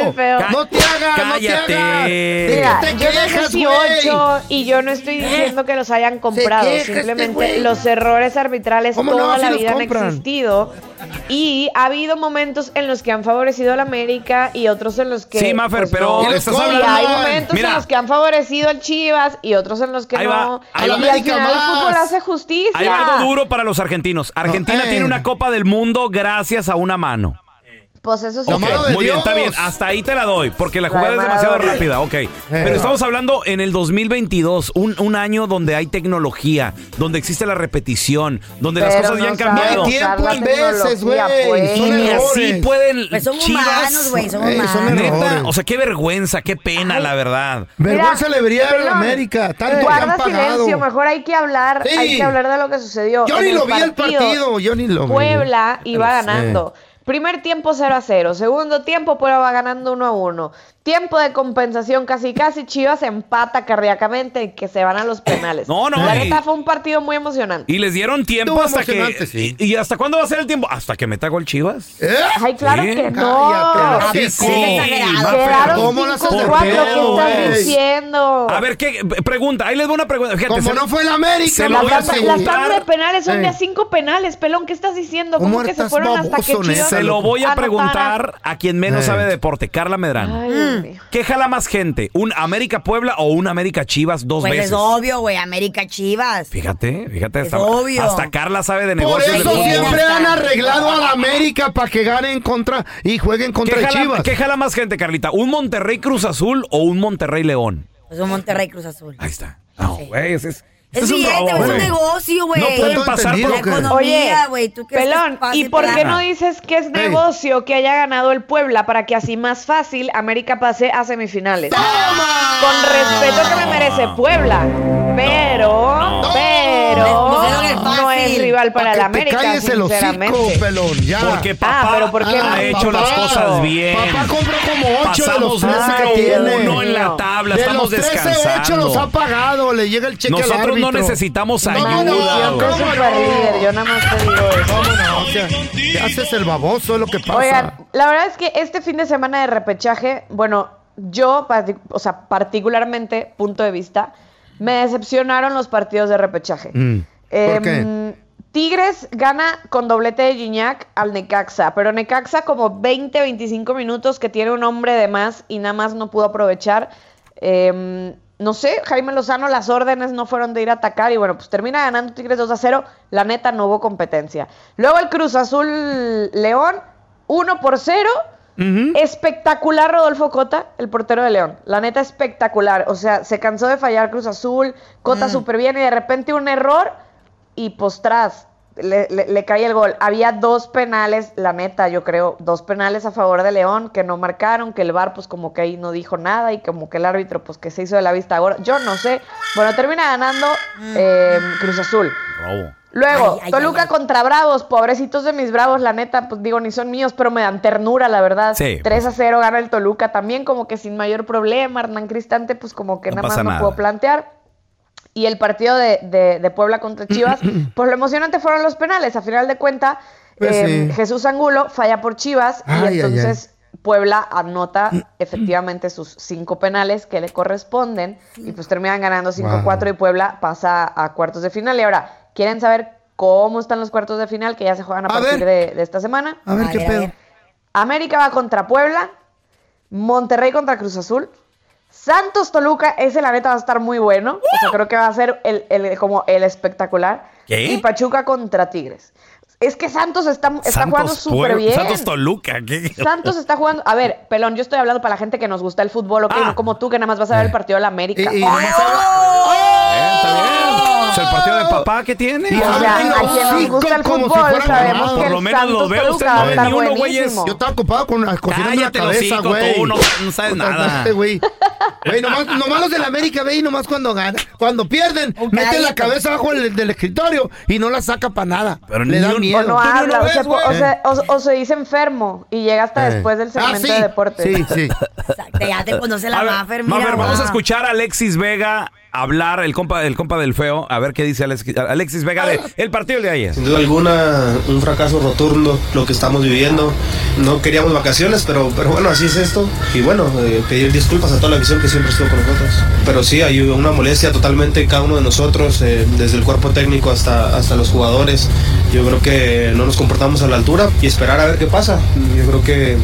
Speaker 16: El feo.
Speaker 4: ¡No te hagas! ¡No te
Speaker 1: Cállate.
Speaker 4: hagas!
Speaker 1: Eh,
Speaker 16: Mira,
Speaker 4: ¿De qué te
Speaker 16: yo no
Speaker 4: quejas,
Speaker 16: sé si
Speaker 4: güey?
Speaker 16: ocho, y yo no estoy diciendo que los hayan comprado,
Speaker 4: queja este
Speaker 16: simplemente
Speaker 4: güey.
Speaker 16: los errores arbitrales
Speaker 4: ¿Cómo no?
Speaker 16: toda
Speaker 4: Si
Speaker 16: la
Speaker 4: los
Speaker 16: vida han
Speaker 4: compran.
Speaker 16: existido y ha habido momentos en los que han favorecido a la América y otros en los que
Speaker 1: Sí, Mafer,
Speaker 16: pues,
Speaker 1: pero
Speaker 16: no.
Speaker 1: estás
Speaker 16: Sí,
Speaker 1: hablando-
Speaker 16: hay momentos
Speaker 1: Mira.
Speaker 16: en los que han favorecido al Chivas y otros en los que
Speaker 1: Ahí va,
Speaker 16: no.
Speaker 1: ahí va.
Speaker 16: y al
Speaker 1: América
Speaker 16: final el
Speaker 1: más.
Speaker 16: fútbol hace justicia.
Speaker 1: Hay algo duro para los argentinos. Argentina tiene una Copa del Mundo gracias a una mano.
Speaker 16: Pues eso sí.
Speaker 1: Ok, Muy bien, está bien. Hasta ahí te la doy, porque la
Speaker 16: La
Speaker 1: jugada
Speaker 16: de
Speaker 1: es demasiado
Speaker 16: Maradona.
Speaker 1: rápida. Ok. Pero estamos hablando en el 2022, un, un año donde hay tecnología, donde existe la repetición, donde las
Speaker 4: Pero
Speaker 1: cosas ya
Speaker 4: no
Speaker 1: han cambiado.
Speaker 4: saben Hay tiempo usar la en veces, tecnología, güey. pues.
Speaker 1: Y
Speaker 4: Son
Speaker 1: ni así
Speaker 4: errores.
Speaker 1: pueden.
Speaker 4: Pues son
Speaker 1: Chivas,
Speaker 4: humanos, güey, son Ey, son humanos. errores.
Speaker 1: Neta, o sea, qué vergüenza, qué pena, la verdad.
Speaker 4: Vergüenza
Speaker 16: Mira,
Speaker 4: le debería dar a la
Speaker 16: Pelón, Eh,
Speaker 4: América. Tanto que
Speaker 16: Guarda
Speaker 4: han pagado.
Speaker 16: silencio, mejor hay que hablar,
Speaker 4: Sí.
Speaker 16: hay que hablar de lo que sucedió.
Speaker 4: Yo
Speaker 16: En
Speaker 4: ni lo vi el partido, yo ni lo vi.
Speaker 16: Puebla iba
Speaker 4: Lo sé.
Speaker 16: ganando. Primer tiempo 0 a 0, segundo tiempo Puebla va ganando 1 a 1. Tiempo de compensación casi casi Chivas empata cardíacamente y que se van a los penales.
Speaker 1: No, no,
Speaker 16: La
Speaker 1: y-
Speaker 16: neta fue un partido muy emocionante.
Speaker 1: Y les dieron tiempo
Speaker 16: Estuvo
Speaker 1: hasta que.
Speaker 16: emocionante,
Speaker 1: Y, y hasta cuándo va a ser el tiempo? Hasta que meta gol Chivas. ¿Eh?
Speaker 16: Ay, claro
Speaker 1: Sí.
Speaker 16: que no.
Speaker 1: Cállate, el hocico. Mafer,
Speaker 16: Quedaron
Speaker 1: ¿cómo la
Speaker 16: 5-4,
Speaker 1: sorteo,
Speaker 16: ¿qué estás
Speaker 1: güey?
Speaker 16: diciendo?
Speaker 1: A ver, ¿qué? Pregunta, ahí les doy una pregunta. Fíjate,
Speaker 4: Como
Speaker 1: se-
Speaker 4: no fue la América,
Speaker 1: se
Speaker 4: no
Speaker 1: lo voy a
Speaker 4: fue-
Speaker 16: Las tablas
Speaker 1: preguntar.
Speaker 16: de penales son de
Speaker 1: Eh.
Speaker 16: a cinco penales, pelón. ¿Qué estás diciendo? ¿Cómo, que se fueron hasta que Chivas Ah,
Speaker 1: Se lo voy a
Speaker 16: anotara?
Speaker 1: preguntar a quien menos sabe de deporte, Carla Medrano.
Speaker 16: Ay, Dios
Speaker 1: ¿Qué jala más gente? ¿Un América Puebla o un América Chivas dos
Speaker 5: Pues
Speaker 1: veces?
Speaker 5: es obvio, güey, América Chivas.
Speaker 1: Fíjate, fíjate,
Speaker 5: Es
Speaker 1: hasta,
Speaker 5: obvio.
Speaker 1: hasta Carla sabe de
Speaker 4: Por
Speaker 1: negocios. de
Speaker 4: eso
Speaker 1: fútbol.
Speaker 4: siempre han arreglado a la
Speaker 5: América.
Speaker 4: América para que ganen contra y jueguen
Speaker 1: ¿Qué
Speaker 4: contra
Speaker 1: jala,
Speaker 4: Chivas.
Speaker 1: qué jala más gente, Carlita? ¿Un Monterrey Cruz Azul o un Monterrey León?
Speaker 5: Es Pues un Monterrey Cruz Azul. Ahí
Speaker 1: está. No, güey, ese es,
Speaker 5: Es
Speaker 1: ese un
Speaker 5: billete,
Speaker 1: robo,
Speaker 5: es un
Speaker 1: güey.
Speaker 5: negocio, güey.
Speaker 1: No pueden pasar por
Speaker 5: la
Speaker 1: lo que-
Speaker 5: economía,
Speaker 16: Oye,
Speaker 5: güey. ¿Tú crees que
Speaker 16: Pelón,
Speaker 5: es fácil
Speaker 16: ¿y por
Speaker 5: para-
Speaker 16: qué no dices que es negocio que haya ganado el Puebla para que así más fácil América pase a semifinales? Con respeto que me merece Puebla, pero, pero no es rival para la América,
Speaker 4: Cállese el
Speaker 16: sinceramente.
Speaker 4: hocico, pelón, ya.
Speaker 1: Porque papá
Speaker 16: Ah, pero ¿por qué
Speaker 1: ha
Speaker 16: no?
Speaker 1: hecho las
Speaker 4: Papá.
Speaker 1: cosas bien.
Speaker 4: Papá compró como ocho de los
Speaker 1: Pasamos
Speaker 4: 13
Speaker 1: número
Speaker 4: que tiene.
Speaker 1: uno en la tabla,
Speaker 4: de
Speaker 1: estamos
Speaker 4: los 13, ocho
Speaker 1: descansando.
Speaker 4: los ha pagado, le llega el cheque al
Speaker 1: Nosotros no
Speaker 4: árbitro.
Speaker 1: necesitamos
Speaker 4: No, no,
Speaker 1: ayuda.
Speaker 4: no,
Speaker 1: güey.
Speaker 4: ¿cómo
Speaker 16: Súper líder, yo nada más te digo eso.
Speaker 4: no? O sea, te haces el baboso, es lo que pasa.
Speaker 16: Oigan, la verdad es que este fin de semana de repechaje, bueno, yo, parti- o sea, particularmente, punto de vista, me decepcionaron los partidos de repechaje.
Speaker 4: Mm.
Speaker 17: ¿Por
Speaker 16: Em, Tigres gana con doblete de Gignac al Necaxa, pero Necaxa como 20-25 minutos que tiene un hombre de más y nada más no pudo aprovechar. Em, no sé, Jaime Lozano, las órdenes no fueron de ir a atacar y bueno, pues termina ganando Tigres 2 a 0. La neta no hubo competencia. Luego el Cruz Azul León, 1 por 0. Espectacular Rodolfo Cota, el portero de León. La neta espectacular. O sea, se cansó de fallar Cruz Azul, Cota súper bien y de repente un error y postras le, le- le cae el gol. Había dos penales, la neta, yo creo, dos penales a favor de León que no marcaron, que el VAR pues como que ahí no dijo nada y como que el árbitro pues que se hizo de la vista ahora. Yo no sé. Bueno, termina ganando eh, Cruz Azul.
Speaker 1: Robo.
Speaker 16: Luego,
Speaker 5: Ay, ay,
Speaker 16: Toluca contra Bravos, pobrecitos de mis Bravos, la neta, pues digo, ni son míos, pero me dan ternura, la verdad.
Speaker 1: Sí. pues.
Speaker 16: 3 a 0 gana el Toluca también, como que sin mayor problema. Hernán Cristante, pues como que
Speaker 1: No
Speaker 16: nada más
Speaker 1: pasa
Speaker 16: no
Speaker 1: nada.
Speaker 16: pudo plantear. Y el partido de, de- de Puebla contra Chivas, pues lo emocionante fueron los penales. A final de cuenta,
Speaker 18: Pues
Speaker 16: eh,
Speaker 18: sí.
Speaker 16: Jesús Angulo falla por Chivas
Speaker 18: Ay, ay,
Speaker 16: y entonces Puebla anota efectivamente sus cinco penales que le corresponden y pues terminan ganando 5-4 y Puebla pasa a cuartos de final. Y ahora, ¿quieren saber cómo están los cuartos de final que ya se juegan a, partir de, de esta semana?
Speaker 4: A ver, ¿qué pedo?
Speaker 16: América va contra Puebla, Monterrey contra Cruz Azul, Santos Toluca, ese la neta va a estar muy bueno. O sea, creo que va a ser el, el- como el espectacular.
Speaker 1: ¿Qué?
Speaker 16: Y Pachuca contra Tigres. Es que Santos está, está
Speaker 1: Santos
Speaker 16: jugando súper
Speaker 1: Puebla-
Speaker 16: bien.
Speaker 1: Santos Toluca. ¿qué?
Speaker 16: Santos está jugando. A ver, pelón, yo estoy hablando para la gente que nos gusta el fútbol, ok, no como tú que nada más vas a ver el partido de la América.
Speaker 1: Ah. Eh. Y- y nada más- Es el partido de papá que tiene.
Speaker 16: O sea, a quien nos gusta el
Speaker 4: como si
Speaker 16: fútbol
Speaker 4: fueran ganados.
Speaker 16: sabemos que
Speaker 4: Por
Speaker 16: el
Speaker 4: lo menos
Speaker 16: Santos
Speaker 4: los veo,
Speaker 16: Toluca
Speaker 4: ustedes
Speaker 16: va
Speaker 4: no
Speaker 16: a
Speaker 4: ven
Speaker 16: estar
Speaker 4: ni uno,
Speaker 16: buenísimo.
Speaker 4: Yo estaba ocupado con las cocinas en la
Speaker 1: Cállate el
Speaker 4: cabeza,
Speaker 1: hocico,
Speaker 4: güey.
Speaker 1: tú no- no sabes nada.
Speaker 4: Este güey. Güey, nomás, nomás los de la América, ve y nomás cuando ganan, cuando pierden, meten la cabeza abajo del, del escritorio y no la saca para nada.
Speaker 1: Pero
Speaker 4: Le
Speaker 1: ni
Speaker 4: da
Speaker 1: un-
Speaker 4: miedo.
Speaker 16: O no
Speaker 4: Tú ni una
Speaker 16: habla, o,
Speaker 4: vez,
Speaker 16: sea, po- o
Speaker 4: güey.
Speaker 16: sea, o- o se dice enfermo y llega hasta
Speaker 1: Eh.
Speaker 16: después del segmento
Speaker 4: sí,
Speaker 16: de deportes.
Speaker 4: sí, sí.
Speaker 5: Ya te conoce la
Speaker 1: A ver,
Speaker 5: Maffer, mira.
Speaker 1: Mafer, vamos a
Speaker 5: guau.
Speaker 1: escuchar a Alexis Vega hablar, el compa, el compa del feo, a ver qué dice Alex- Alexis Vega de el partido de ayer.
Speaker 19: Sin duda alguna, un fracaso rotundo lo que estamos viviendo. No queríamos vacaciones, pero, pero bueno, así es esto. Y bueno, eh, pedir disculpas a toda la visión que siempre estuvo con nosotros. Pero sí, hay una molestia totalmente en cada uno de nosotros, eh, desde el cuerpo técnico hasta, hasta los jugadores. Yo creo que no nos comportamos a la altura y esperar a ver qué pasa. Yo creo que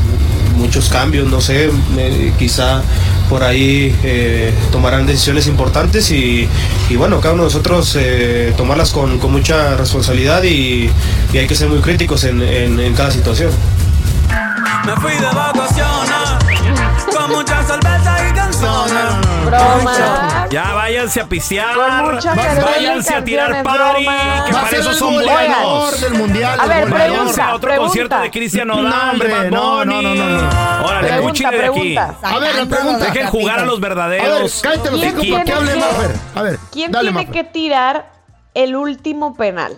Speaker 19: muchos cambios, no sé, eh, quizá por ahí eh, tomarán decisiones importantes y, y bueno, cada uno de nosotros eh, tomarlas con, con mucha responsabilidad y, y hay que ser muy críticos en- en- en cada situación.
Speaker 7: Me fui de vacaciones con mucha cerveza y canciones.
Speaker 1: Ya váyanse a pisear,
Speaker 7: Con mucha cerveza y
Speaker 1: váyanse a tirar
Speaker 7: canciones,
Speaker 1: party,
Speaker 7: bromas.
Speaker 1: que
Speaker 7: Va a
Speaker 1: para
Speaker 7: ser
Speaker 1: eso
Speaker 7: el
Speaker 1: son
Speaker 7: goleador
Speaker 1: buenos.
Speaker 7: del Mundial,
Speaker 4: A ver,
Speaker 1: Váyanse
Speaker 4: pregunta,
Speaker 1: a otro
Speaker 4: pregunta.
Speaker 1: concierto de Cristian
Speaker 4: No,
Speaker 1: Nodal,
Speaker 4: hombre,
Speaker 1: de Bad
Speaker 4: no,
Speaker 1: Bunny.
Speaker 4: no, no, no, no.
Speaker 1: Órale,
Speaker 4: Pregunta,
Speaker 1: cuchile de aquí.
Speaker 4: pregunta. A ver, la pregunta.
Speaker 1: Dejen jugar a los
Speaker 4: A ver,
Speaker 1: verdaderos.
Speaker 4: cállate los
Speaker 16: ¿Quién
Speaker 4: hocico porque
Speaker 16: tiene
Speaker 4: hable
Speaker 16: que-
Speaker 4: Mafer. A ver,
Speaker 16: ¿Quién
Speaker 4: dale,
Speaker 16: tiene
Speaker 4: Mafer.
Speaker 16: que tirar el último penal?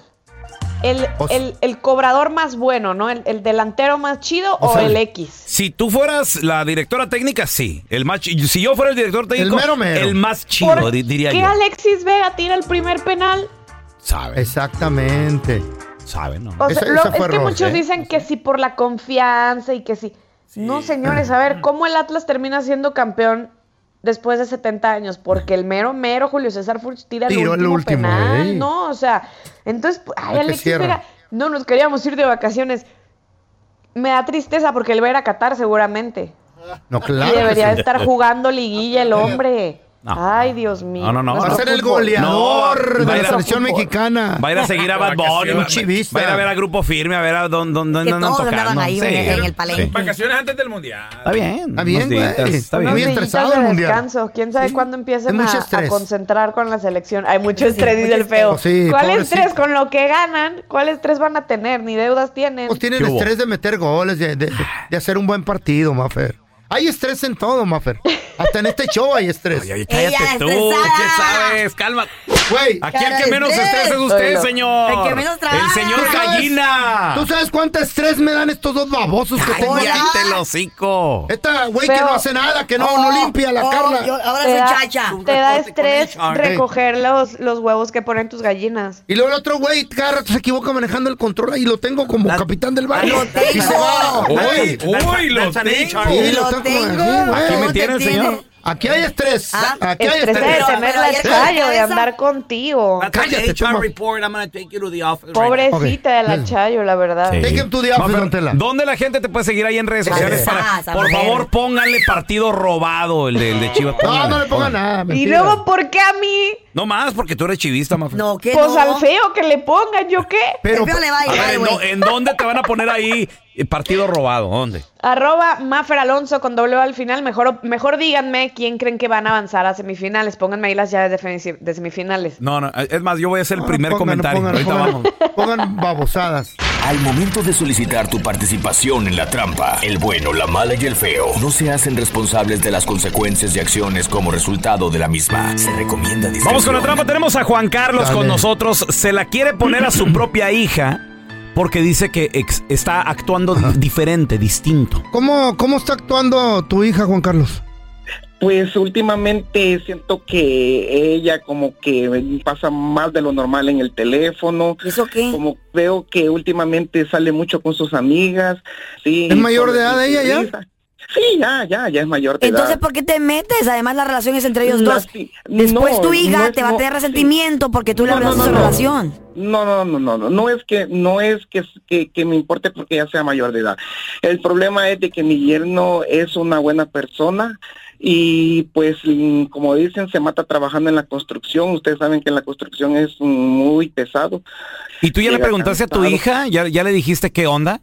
Speaker 16: El,
Speaker 1: O sea-
Speaker 16: el- el cobrador más bueno, ¿no? El, el delantero más chido o,
Speaker 1: O sea-
Speaker 16: el X.
Speaker 1: Si tú fueras la directora técnica, sí. El más chi- si yo fuera el director técnico,
Speaker 4: mero mero.
Speaker 1: el más chido, di- diría
Speaker 16: ¿Qué
Speaker 1: yo.
Speaker 16: Alexis Vega tira el primer penal?
Speaker 1: Sabe.
Speaker 4: Exactamente.
Speaker 1: Sabe, ¿no?
Speaker 16: O sea, lo- es que muchos
Speaker 4: ¿eh?
Speaker 16: dicen que sí por la confianza y que sí. No, señores, a ver, ¿cómo el Atlas termina siendo campeón después de 70 años? Porque el mero, mero Julio César Furch tira el
Speaker 4: Tiró el
Speaker 16: último,
Speaker 4: último,
Speaker 16: penal,
Speaker 4: ey.
Speaker 16: ¿no? O sea, entonces, pues, ay,
Speaker 4: que
Speaker 16: Alexis
Speaker 4: cierra.
Speaker 16: Vega, no nos queríamos ir de vacaciones. Me da tristeza porque él va a ir a Qatar seguramente.
Speaker 4: No, claro.
Speaker 16: y
Speaker 4: que
Speaker 16: debería
Speaker 4: sí.
Speaker 16: estar jugando liguilla el hombre. Ay, Dios mío.
Speaker 1: No, no, no.
Speaker 16: Va
Speaker 4: a ser el goleador de
Speaker 1: va a ir
Speaker 4: la
Speaker 1: a-
Speaker 4: selección mexicana.
Speaker 1: Va a ir a seguir a Bad Bunny.
Speaker 4: Un
Speaker 1: Va a ir a ver a Grupo Firme, a ver a Don Don Don
Speaker 4: Que
Speaker 1: Don
Speaker 4: todos
Speaker 1: Tocando.
Speaker 4: andaban ahí,
Speaker 1: Sí.
Speaker 4: en- en el
Speaker 1: Sí.
Speaker 10: Vacaciones antes del mundial.
Speaker 1: Está bien.
Speaker 10: Está bien,
Speaker 1: unos
Speaker 10: güey.
Speaker 1: días, Está
Speaker 16: Unos
Speaker 1: bien.
Speaker 16: días de descanso. ¿Quién sabe cuándo
Speaker 4: es
Speaker 16: empiecen
Speaker 4: mucho
Speaker 16: a,
Speaker 4: estrés.
Speaker 16: a concentrar con la selección? Hay mucho
Speaker 4: Sí,
Speaker 16: estrés,
Speaker 4: mucho
Speaker 16: dice el feo.
Speaker 4: estrés. Oh, Sí,
Speaker 16: ¿Cuál
Speaker 4: pobrecito.
Speaker 16: estrés? Con lo que ganan, ¿cuál estrés van a tener? Ni deudas tienen.
Speaker 4: Pues tienen estrés de meter goles, de, de- de hacer un buen partido, Maffer. Hay estrés en todo, Maffer. Hasta en este show hay estrés.
Speaker 1: Cállate tú, ¿qué sabes? Calma.
Speaker 4: Güey,
Speaker 1: Aquí el que menos estrés es usted, señor.
Speaker 4: El que menos trabaja.
Speaker 1: El
Speaker 4: ¿Tú
Speaker 1: señor
Speaker 4: sabes-
Speaker 1: gallina.
Speaker 4: ¿Tú sabes cuánto estrés me dan estos dos babosos que tengo aquí?
Speaker 1: Cállate el hocico.
Speaker 4: Esta güey que
Speaker 16: Pero-
Speaker 4: no hace nada, que no, no limpia la
Speaker 16: oh,
Speaker 4: Carla.
Speaker 16: yo- ahora soy chacha. Te da estrés recoger los, los huevos que ponen tus gallinas.
Speaker 4: Y luego el otro güey cada rato se equivoca manejando el control y lo tengo como capitán del barrio. Y se va.
Speaker 1: Uy,
Speaker 4: Ay,
Speaker 1: uy, lo tengo.
Speaker 4: Sí, lo tengo así, güey.
Speaker 1: Aquí me tiene el señor.
Speaker 4: Aquí hay estrés.
Speaker 16: Ah,
Speaker 4: Aquí hay
Speaker 16: estrés de
Speaker 4: estrés.
Speaker 16: tener la chayo, de andar contigo.
Speaker 4: Cállate,
Speaker 20: HR
Speaker 4: chuma.
Speaker 20: report, I'm gonna take you to the office.
Speaker 16: Pobrecita de la chayo, la verdad.
Speaker 1: No, pero, ¿Dónde la gente te puede seguir ahí en redes sociales? Para,
Speaker 16: esa
Speaker 1: por
Speaker 16: mujer.
Speaker 1: favor, pónganle partido robado el de, el de Chivas.
Speaker 4: No, no
Speaker 1: Pónganle,
Speaker 4: le pongan
Speaker 1: pónganle.
Speaker 4: nada.
Speaker 16: Y
Speaker 4: mentira.
Speaker 16: luego, ¿por qué a mí?
Speaker 1: No más, porque tú eres chivista, Mafe. No,
Speaker 16: Pues al feo que le pongan, ¿yo qué?
Speaker 1: ¿en, do- en dónde te van a poner ahí eh, partido robado? ¿Dónde?
Speaker 16: Arroba Mafer Alonso con doble O al final. Mejor, mejor díganme quién creen que van a avanzar a semifinales. Pónganme ahí las llaves de, femi- de semifinales.
Speaker 1: No, no, es más, yo voy a hacer el primer comentario. Ahorita vamos.
Speaker 4: Pongan babosadas.
Speaker 21: Al momento de solicitar tu participación en la trampa, el bueno, la mala y el feo no se hacen responsables de las consecuencias y acciones como resultado de la misma. Se recomienda discreción.
Speaker 1: Vamos con la trampa. Tenemos a Juan Carlos con nosotros. Se la quiere poner a su propia hija porque dice que ex- está actuando di- diferente, distinto.
Speaker 4: ¿Cómo, ¿Cómo está actuando tu hija, Juan Carlos?
Speaker 3: Pues últimamente siento que ella como que pasa más de lo normal en el teléfono.
Speaker 5: ¿Eso qué?
Speaker 3: Como veo que últimamente sale mucho con sus amigas. Sí,
Speaker 4: ¿Es mayor
Speaker 3: con-
Speaker 4: de edad ella ya?
Speaker 3: Sí, ya, ya, ya es mayor de
Speaker 5: Entonces,
Speaker 3: edad.
Speaker 5: ¿por qué te metes? Además, las relaciones entre ellos
Speaker 3: No,
Speaker 5: dos.
Speaker 3: sí,
Speaker 5: Después
Speaker 3: no,
Speaker 5: tu hija
Speaker 3: no es-
Speaker 5: te va a
Speaker 3: no,
Speaker 5: tener
Speaker 3: sí.
Speaker 5: resentimiento porque tú le hablaste su relación.
Speaker 3: No, no, no, no, no, no es que no es que, que, que me importe porque ella sea mayor de edad. El problema es de que mi yerno es una buena persona y pues mm, como dicen se mata trabajando en la construcción. Ustedes saben que la construcción es mm, muy pesado.
Speaker 1: ¿Y tú ya le
Speaker 3: Llega
Speaker 1: preguntaste a tu
Speaker 3: cansado.
Speaker 1: hija? ¿Ya, ya le dijiste qué onda?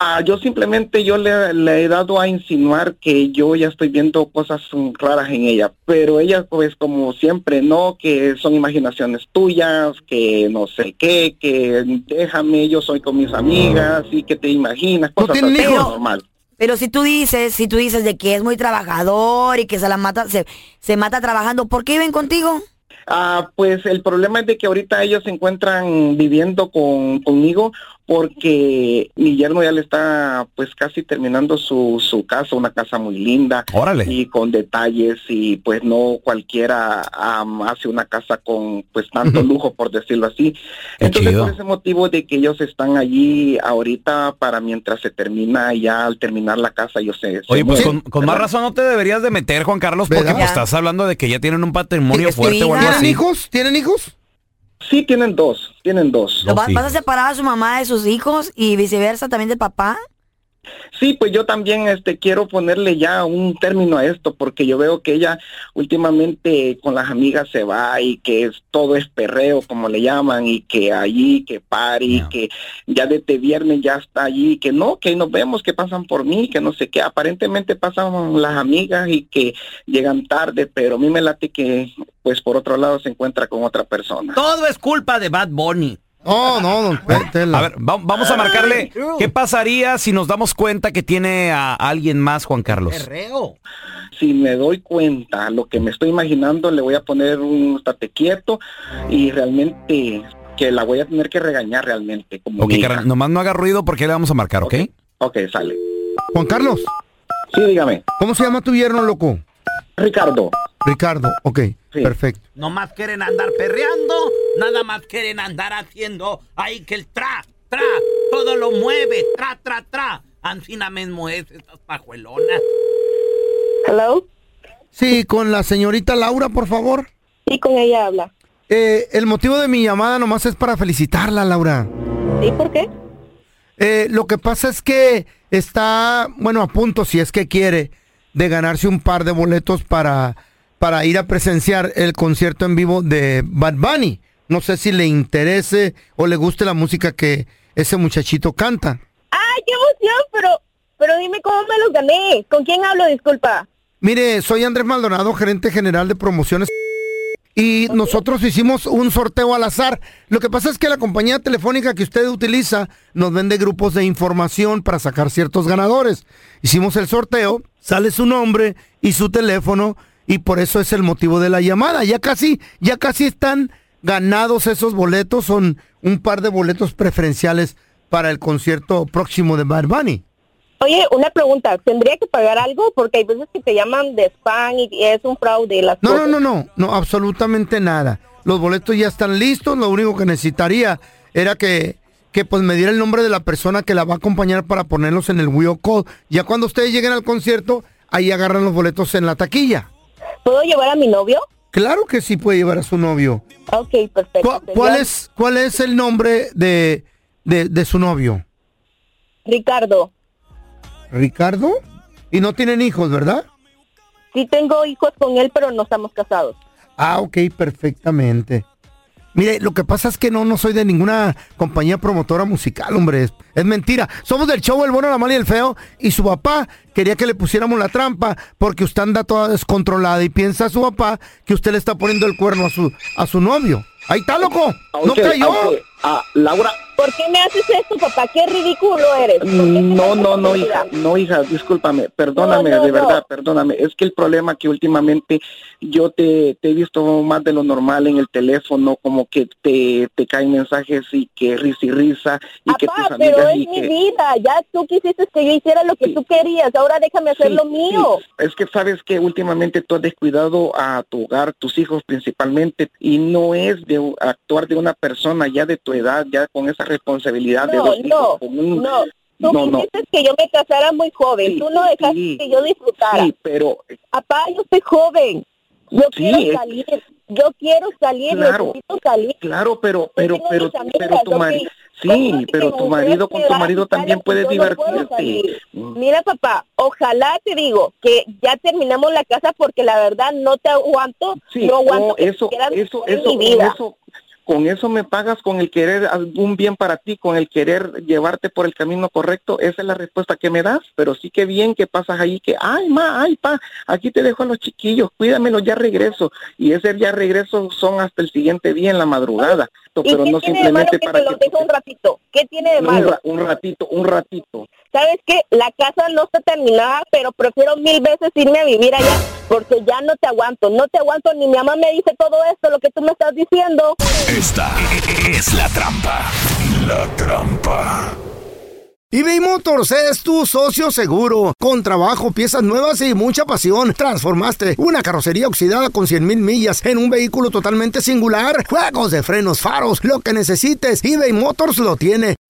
Speaker 3: Ah, yo simplemente yo le, le he dado a insinuar que yo ya estoy viendo cosas mm, raras en ella, pero ella pues como siempre no, que son imaginaciones tuyas, que no sé qué, que déjame, yo soy con mis amigas y que te imaginas cosas
Speaker 5: tienen
Speaker 3: así,
Speaker 5: hijos?
Speaker 3: normal.
Speaker 5: Pero si tú dices, si tú dices de que es muy trabajador y que se la mata, se, se mata trabajando, ¿por qué viven contigo?
Speaker 3: Ah, pues el problema es de que ahorita ellos se encuentran viviendo con, conmigo porque mi yerno ya le está pues casi terminando su, su casa, una casa muy linda
Speaker 1: Órale.
Speaker 3: y con detalles y pues no cualquiera am, hace una casa con pues tanto lujo por decirlo así. Entonces por ese motivo de que ellos están allí ahorita para mientras se termina ya al terminar la casa yo sé.
Speaker 1: Oye, pues con, con más razón no te deberías de meter, Juan Carlos, porque
Speaker 3: ¿Verdad?
Speaker 1: pues, estás hablando de que ya tienen un patrimonio
Speaker 3: ¿Es tu
Speaker 1: fuerte o algo
Speaker 3: hija?
Speaker 1: así.
Speaker 4: hijos? ¿Tienen hijos?
Speaker 3: Sí, tienen dos, tienen dos.
Speaker 5: ¿Vas, vas a separar a su mamá de sus hijos y viceversa también del papá?
Speaker 3: Sí, pues yo también este quiero ponerle ya un término a esto porque yo veo que ella últimamente con las amigas se va y que es, todo es perreo como le llaman y que allí que party, que ya desde viernes ya está allí, que no, que ahí nos vemos, que pasan por mí, que no sé qué, aparentemente pasan las amigas y que llegan tarde, pero a mí me late que pues por otro lado se encuentra con otra persona.
Speaker 20: Todo es culpa de Bad Bunny.
Speaker 4: No, Oh, no,
Speaker 1: A ver, va- vamos a marcarle. ¿Qué pasaría si nos damos cuenta que tiene a alguien más, Juan Carlos?
Speaker 20: Perreo.
Speaker 3: si me doy cuenta lo que me estoy imaginando, le voy a poner un estate quieto y realmente que la voy a tener que regañar realmente. Como
Speaker 1: Ok,
Speaker 3: mi hija.
Speaker 1: carnal, nomás no haga ruido porque le vamos a marcar, ¿ok?
Speaker 3: Ok, sale.
Speaker 4: Juan Carlos.
Speaker 3: Sí, dígame.
Speaker 4: ¿Cómo se llama tu yerno, loco?
Speaker 3: Ricardo.
Speaker 4: Ricardo, ok, perfecto.
Speaker 20: Nomás quieren andar perreando, nada más quieren andar haciendo ahí que el tra, tra, todo lo mueve, tra, tra, tra. Ancina mismo es estas pajuelonas.
Speaker 4: Hello. Sí, con la señorita Laura, por favor.
Speaker 22: Sí, con ella habla.
Speaker 4: Eh, el motivo de mi llamada nomás es para felicitarla, Laura.
Speaker 22: ¿Y por qué?
Speaker 4: Eh, lo que pasa es que está, bueno, a punto, si es que quiere, de ganarse un par de boletos para, para ir a presenciar el concierto en vivo de Bad Bunny. No sé si le interese o le guste la música que ese muchachito canta.
Speaker 23: ¡Ay, qué emoción! Pero, pero dime cómo me los gané. ¿Con quién hablo? Disculpa.
Speaker 4: Mire, soy Andrés Maldonado, gerente general de promociones. Y nosotros hicimos un sorteo al azar. Lo que pasa es que la compañía telefónica que usted utiliza nos vende grupos de información para sacar ciertos ganadores. Hicimos el sorteo, sale su nombre y su teléfono y por eso es el motivo de la llamada. Ya casi, ya casi están ganados esos boletos. Son un par de boletos preferenciales para el concierto próximo de Bad Bunny.
Speaker 23: Oye, una pregunta. ¿Tendría que pagar algo? Porque hay veces que te llaman de spam y es un fraude. Las
Speaker 4: No, no,
Speaker 23: cosas.
Speaker 4: no, no, no, absolutamente nada. Los boletos ya están listos, lo único que necesitaría era que, que pues me diera el nombre de la persona que la va a acompañar para ponerlos en el Wheel Call. Ya cuando ustedes lleguen al concierto, ahí agarran los boletos en la taquilla.
Speaker 23: ¿Puedo llevar a mi novio?
Speaker 4: Claro que sí puede llevar a su novio.
Speaker 23: Ok, perfecto.
Speaker 4: ¿Cuál, cuál
Speaker 23: Sería
Speaker 4: es, cuál es el nombre de, de, de su novio?
Speaker 23: Ricardo.
Speaker 4: ¿Ricardo? Y no tienen hijos, ¿verdad?
Speaker 23: Sí tengo hijos con él, pero no estamos casados.
Speaker 4: Ah, ok, perfectamente. Mire, lo que pasa es que no, no soy de ninguna compañía promotora musical, hombre. Es, es mentira. Somos del show El Bueno, la Mala y el Feo. Y su papá quería que le pusiéramos la trampa porque usted anda toda descontrolada y piensa su papá que usted le está poniendo el cuerno a su, a su novio. Ahí está, loco.
Speaker 3: A
Speaker 4: No
Speaker 3: usted,
Speaker 4: cayó.
Speaker 3: a usted, a Laura.
Speaker 23: ¿Por qué me haces esto, papá? Qué ridículo eres. ¿Por qué te
Speaker 3: No,
Speaker 23: haces
Speaker 3: no, no,
Speaker 23: esto?
Speaker 3: hija, no, hija, discúlpame, perdóname,
Speaker 23: No, no,
Speaker 3: de
Speaker 23: no.
Speaker 3: verdad, perdóname. Es que el problema que últimamente yo te, te he visto más de lo normal en el teléfono, como que te, te caen mensajes y que risa y risa, y que tus
Speaker 23: Papá, pero
Speaker 3: amigas
Speaker 23: es
Speaker 3: y
Speaker 23: mi
Speaker 3: que...
Speaker 23: vida. Ya tú quisiste que yo hiciera lo que tú querías. Ahora déjame hacer
Speaker 3: Sí,
Speaker 23: lo mío.
Speaker 3: sí. Es que sabes que últimamente tú has descuidado a tu hogar, tus hijos principalmente, y no es de u- actuar de una persona ya de tu edad, ya con esa responsabilidad de
Speaker 23: No,
Speaker 3: dos hijos,
Speaker 23: no,
Speaker 3: con un-
Speaker 23: no. Tú
Speaker 3: no, no.
Speaker 23: quisiste que yo me casara muy joven. tú no dejaste que yo disfrutara.
Speaker 3: Sí, pero
Speaker 23: Papá, yo soy joven. Yo
Speaker 3: Sí,
Speaker 23: quiero
Speaker 3: es-
Speaker 23: salir. Yo quiero salir.
Speaker 3: Claro.
Speaker 23: Necesito salir.
Speaker 3: Claro, pero, pero,
Speaker 23: tengo
Speaker 3: pero,
Speaker 23: mis amigas,
Speaker 3: pero tu
Speaker 23: ok.
Speaker 3: marido,
Speaker 23: Conmigo
Speaker 3: sí,
Speaker 23: sí
Speaker 3: pero
Speaker 23: tengo
Speaker 3: tu
Speaker 23: mujeres
Speaker 3: marido con
Speaker 23: que
Speaker 3: tu
Speaker 23: van a
Speaker 3: marido
Speaker 23: buscar
Speaker 3: también
Speaker 23: y yo
Speaker 3: puedes
Speaker 23: no puedo
Speaker 3: divertirte.
Speaker 23: salir.
Speaker 3: Mm.
Speaker 23: Mira, papá, ojalá te digo que ya terminamos la casa porque la verdad no te aguanto.
Speaker 3: Sí,
Speaker 23: no aguanto
Speaker 3: no,
Speaker 23: que
Speaker 3: eso,
Speaker 23: quieras
Speaker 3: eso,
Speaker 23: en
Speaker 3: eso,
Speaker 23: mi vida.
Speaker 3: eso, con eso me pagas con el querer algún bien para ti, con el querer llevarte por el camino correcto, esa es la respuesta que me das, pero sí que bien que pasas ahí que, ay, ma, ay, pa, aquí te dejo a los chiquillos, cuídamelos, ya regreso, y ese ya regreso son hasta el siguiente día en la madrugada,
Speaker 23: ¿Y
Speaker 3: pero
Speaker 23: qué
Speaker 3: no
Speaker 23: tiene de malo
Speaker 3: simplemente
Speaker 23: que
Speaker 3: para
Speaker 23: te
Speaker 3: que
Speaker 23: los deje un ratito? ¿Qué tiene de
Speaker 3: un,
Speaker 23: malo?
Speaker 3: ra- un ratito, un ratito.
Speaker 23: ¿Sabes qué? La casa no está terminada, pero prefiero mil veces irme a vivir allá porque ya no te aguanto. No te aguanto, ni mi mamá me dice todo esto, lo que tú me estás diciendo.
Speaker 24: Esta es la trampa. La trampa.
Speaker 4: eBay Motors es tu socio seguro. Con trabajo, piezas nuevas y mucha pasión, transformaste una carrocería oxidada con 100 mil millas en un vehículo totalmente singular. Juegos de frenos, faros, lo que necesites, eBay Motors lo tiene.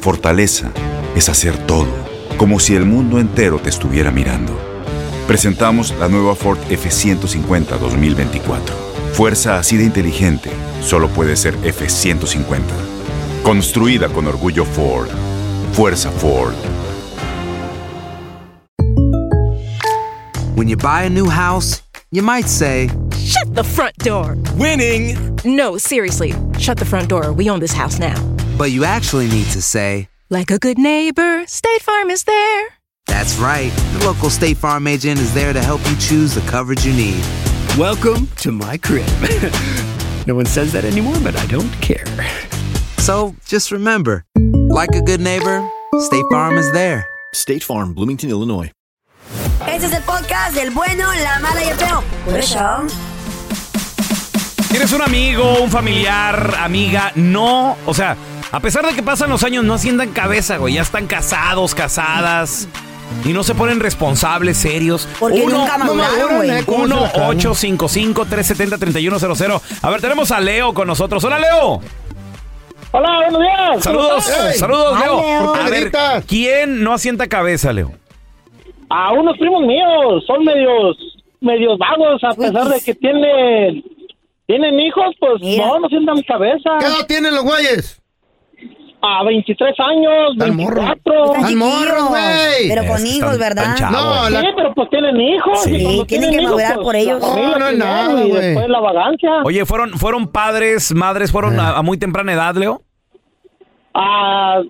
Speaker 10: fortaleza es hacer todo, como si el mundo entero te estuviera mirando. Presentamos la nueva Ford F150 2024. Fuerza así de inteligente solo puede ser F150. Construida con orgullo Ford. Fuerza Ford.
Speaker 25: When you buy a new house, you might say,
Speaker 26: Shut the front door. Winning. No, seriously. Shut the front door. We own this house now.
Speaker 25: but you actually need to say,
Speaker 26: Like a good neighbor, State Farm is there.
Speaker 25: that's right, the local State Farm agent is there to help you choose the coverage you need. Welcome to my crib. no one says that anymore, but I don't care. So just remember, like a good neighbor, State Farm is there. State Farm, Bloomington, Illinois.
Speaker 5: Este es el podcast del bueno, la mala y el feo. Por
Speaker 1: Pues
Speaker 5: eso.
Speaker 1: Tienes un amigo, un familiar, amiga, no, o sea, a pesar de que pasan los años, no asciendan cabeza, güey, ya están casados, casadas, Y no se ponen responsables, serios.
Speaker 5: Porque nunca maduraron, güey.
Speaker 1: 1-855-370-3100. A ver, tenemos a Leo con nosotros. ¡Hola, Leo!
Speaker 7: Hola, buenos días.
Speaker 1: Saludos,
Speaker 7: Hey.
Speaker 1: saludos,
Speaker 7: Ay,
Speaker 1: Leo.
Speaker 7: Leo.
Speaker 1: A ver, ¿quién no asienta cabeza, Leo?
Speaker 7: A unos primos míos, son medios, medios vagos, a pesar
Speaker 5: pues.
Speaker 7: de que tienen, tienen hijos, pues no, no sientan cabeza. ¿Qué edad tienen los güeyes? A 23 años, 24.
Speaker 5: Están
Speaker 7: Al morro,
Speaker 5: chiquillos, Pero con hijos, ¿verdad?
Speaker 7: No, la... Sí, pero pues tienen hijos.
Speaker 1: Sí.
Speaker 7: y cuando
Speaker 5: Sí, tienen que
Speaker 7: hijos, pues,
Speaker 5: madurar por
Speaker 7: la
Speaker 5: ellos. No, no
Speaker 7: familia
Speaker 5: es
Speaker 7: primero
Speaker 5: nada,
Speaker 7: y
Speaker 5: güey.
Speaker 7: después la vagancia.
Speaker 1: Oye, ¿fueron, fueron padres, madres, fueron
Speaker 5: Ah.
Speaker 1: a, a muy temprana edad, Leo?
Speaker 7: Ah,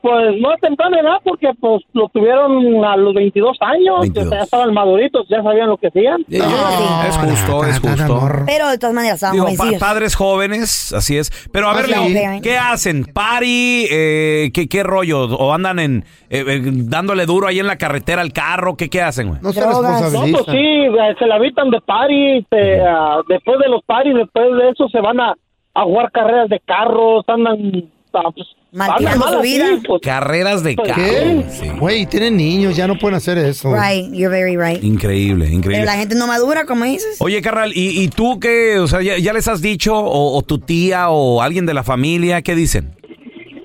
Speaker 7: pues no a temprana edad, porque pues lo tuvieron a los 22 años, o sea, ya estaban maduritos, ya sabían lo que hacían.
Speaker 1: es justo, es justo.
Speaker 5: Pero de todas maneras, estaban
Speaker 1: Digo, pa-
Speaker 5: jovencillos.
Speaker 1: padres jóvenes, así es. Pero a ver,
Speaker 5: Así
Speaker 1: Leo,
Speaker 5: es.
Speaker 1: ¿qué hacen? ¿Party? Eh, ¿qué, ¿Qué rollo? ¿O andan en eh, eh, dándole duro ahí en la carretera al carro? ¿Qué, qué hacen, güey?
Speaker 7: No, pues sí, eh, se la habitan de party, se, ah, después de los paris, después de eso se van a, a jugar carreras de carros, andan... ah, pues, andan mal así, pues,
Speaker 1: Carreras de carro.
Speaker 4: ¿Qué? Güey, tienen niños, ya no pueden hacer eso.
Speaker 5: Right, you're very right.
Speaker 1: Increíble,
Speaker 5: Pero
Speaker 1: increíble.
Speaker 5: la gente no madura, como dices.
Speaker 1: Oye, carnal, ¿y, y tú qué? O sea, ¿ya, ya les has dicho? O, o tu tía o alguien de la familia? ¿Qué dicen?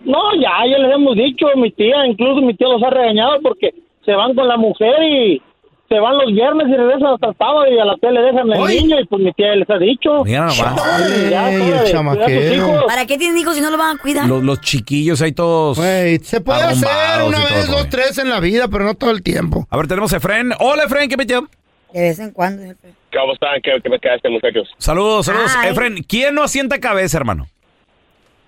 Speaker 7: No, ya, ya les hemos dicho, mi tía, incluso mi tía los ha regañado porque se van con la mujer y se van los viernes y regresan hasta el sábado y a la tele dejan el niño y pues mi tía les ha dicho.
Speaker 1: Mira nomás.
Speaker 7: Chale, ya,
Speaker 1: Ey,
Speaker 7: pues, fuera
Speaker 1: el
Speaker 7: de- cuidar a sus hijos.
Speaker 5: ¿Para qué tienen hijos si no lo van a cuidar?
Speaker 1: Los, los chiquillos ahí todos. se
Speaker 4: Puede hacer una vez, dos, tres en la vida, pero no todo el tiempo.
Speaker 1: A ver, tenemos a Efren. Hola, Efren, ¿qué metió?
Speaker 5: De vez en cuando.
Speaker 21: ¿Cómo están? ¿Qué, qué me este quedaste, muchachos?
Speaker 1: Saludos, saludos.
Speaker 21: Ay.
Speaker 1: Efren, ¿quién no asienta cabeza, hermano?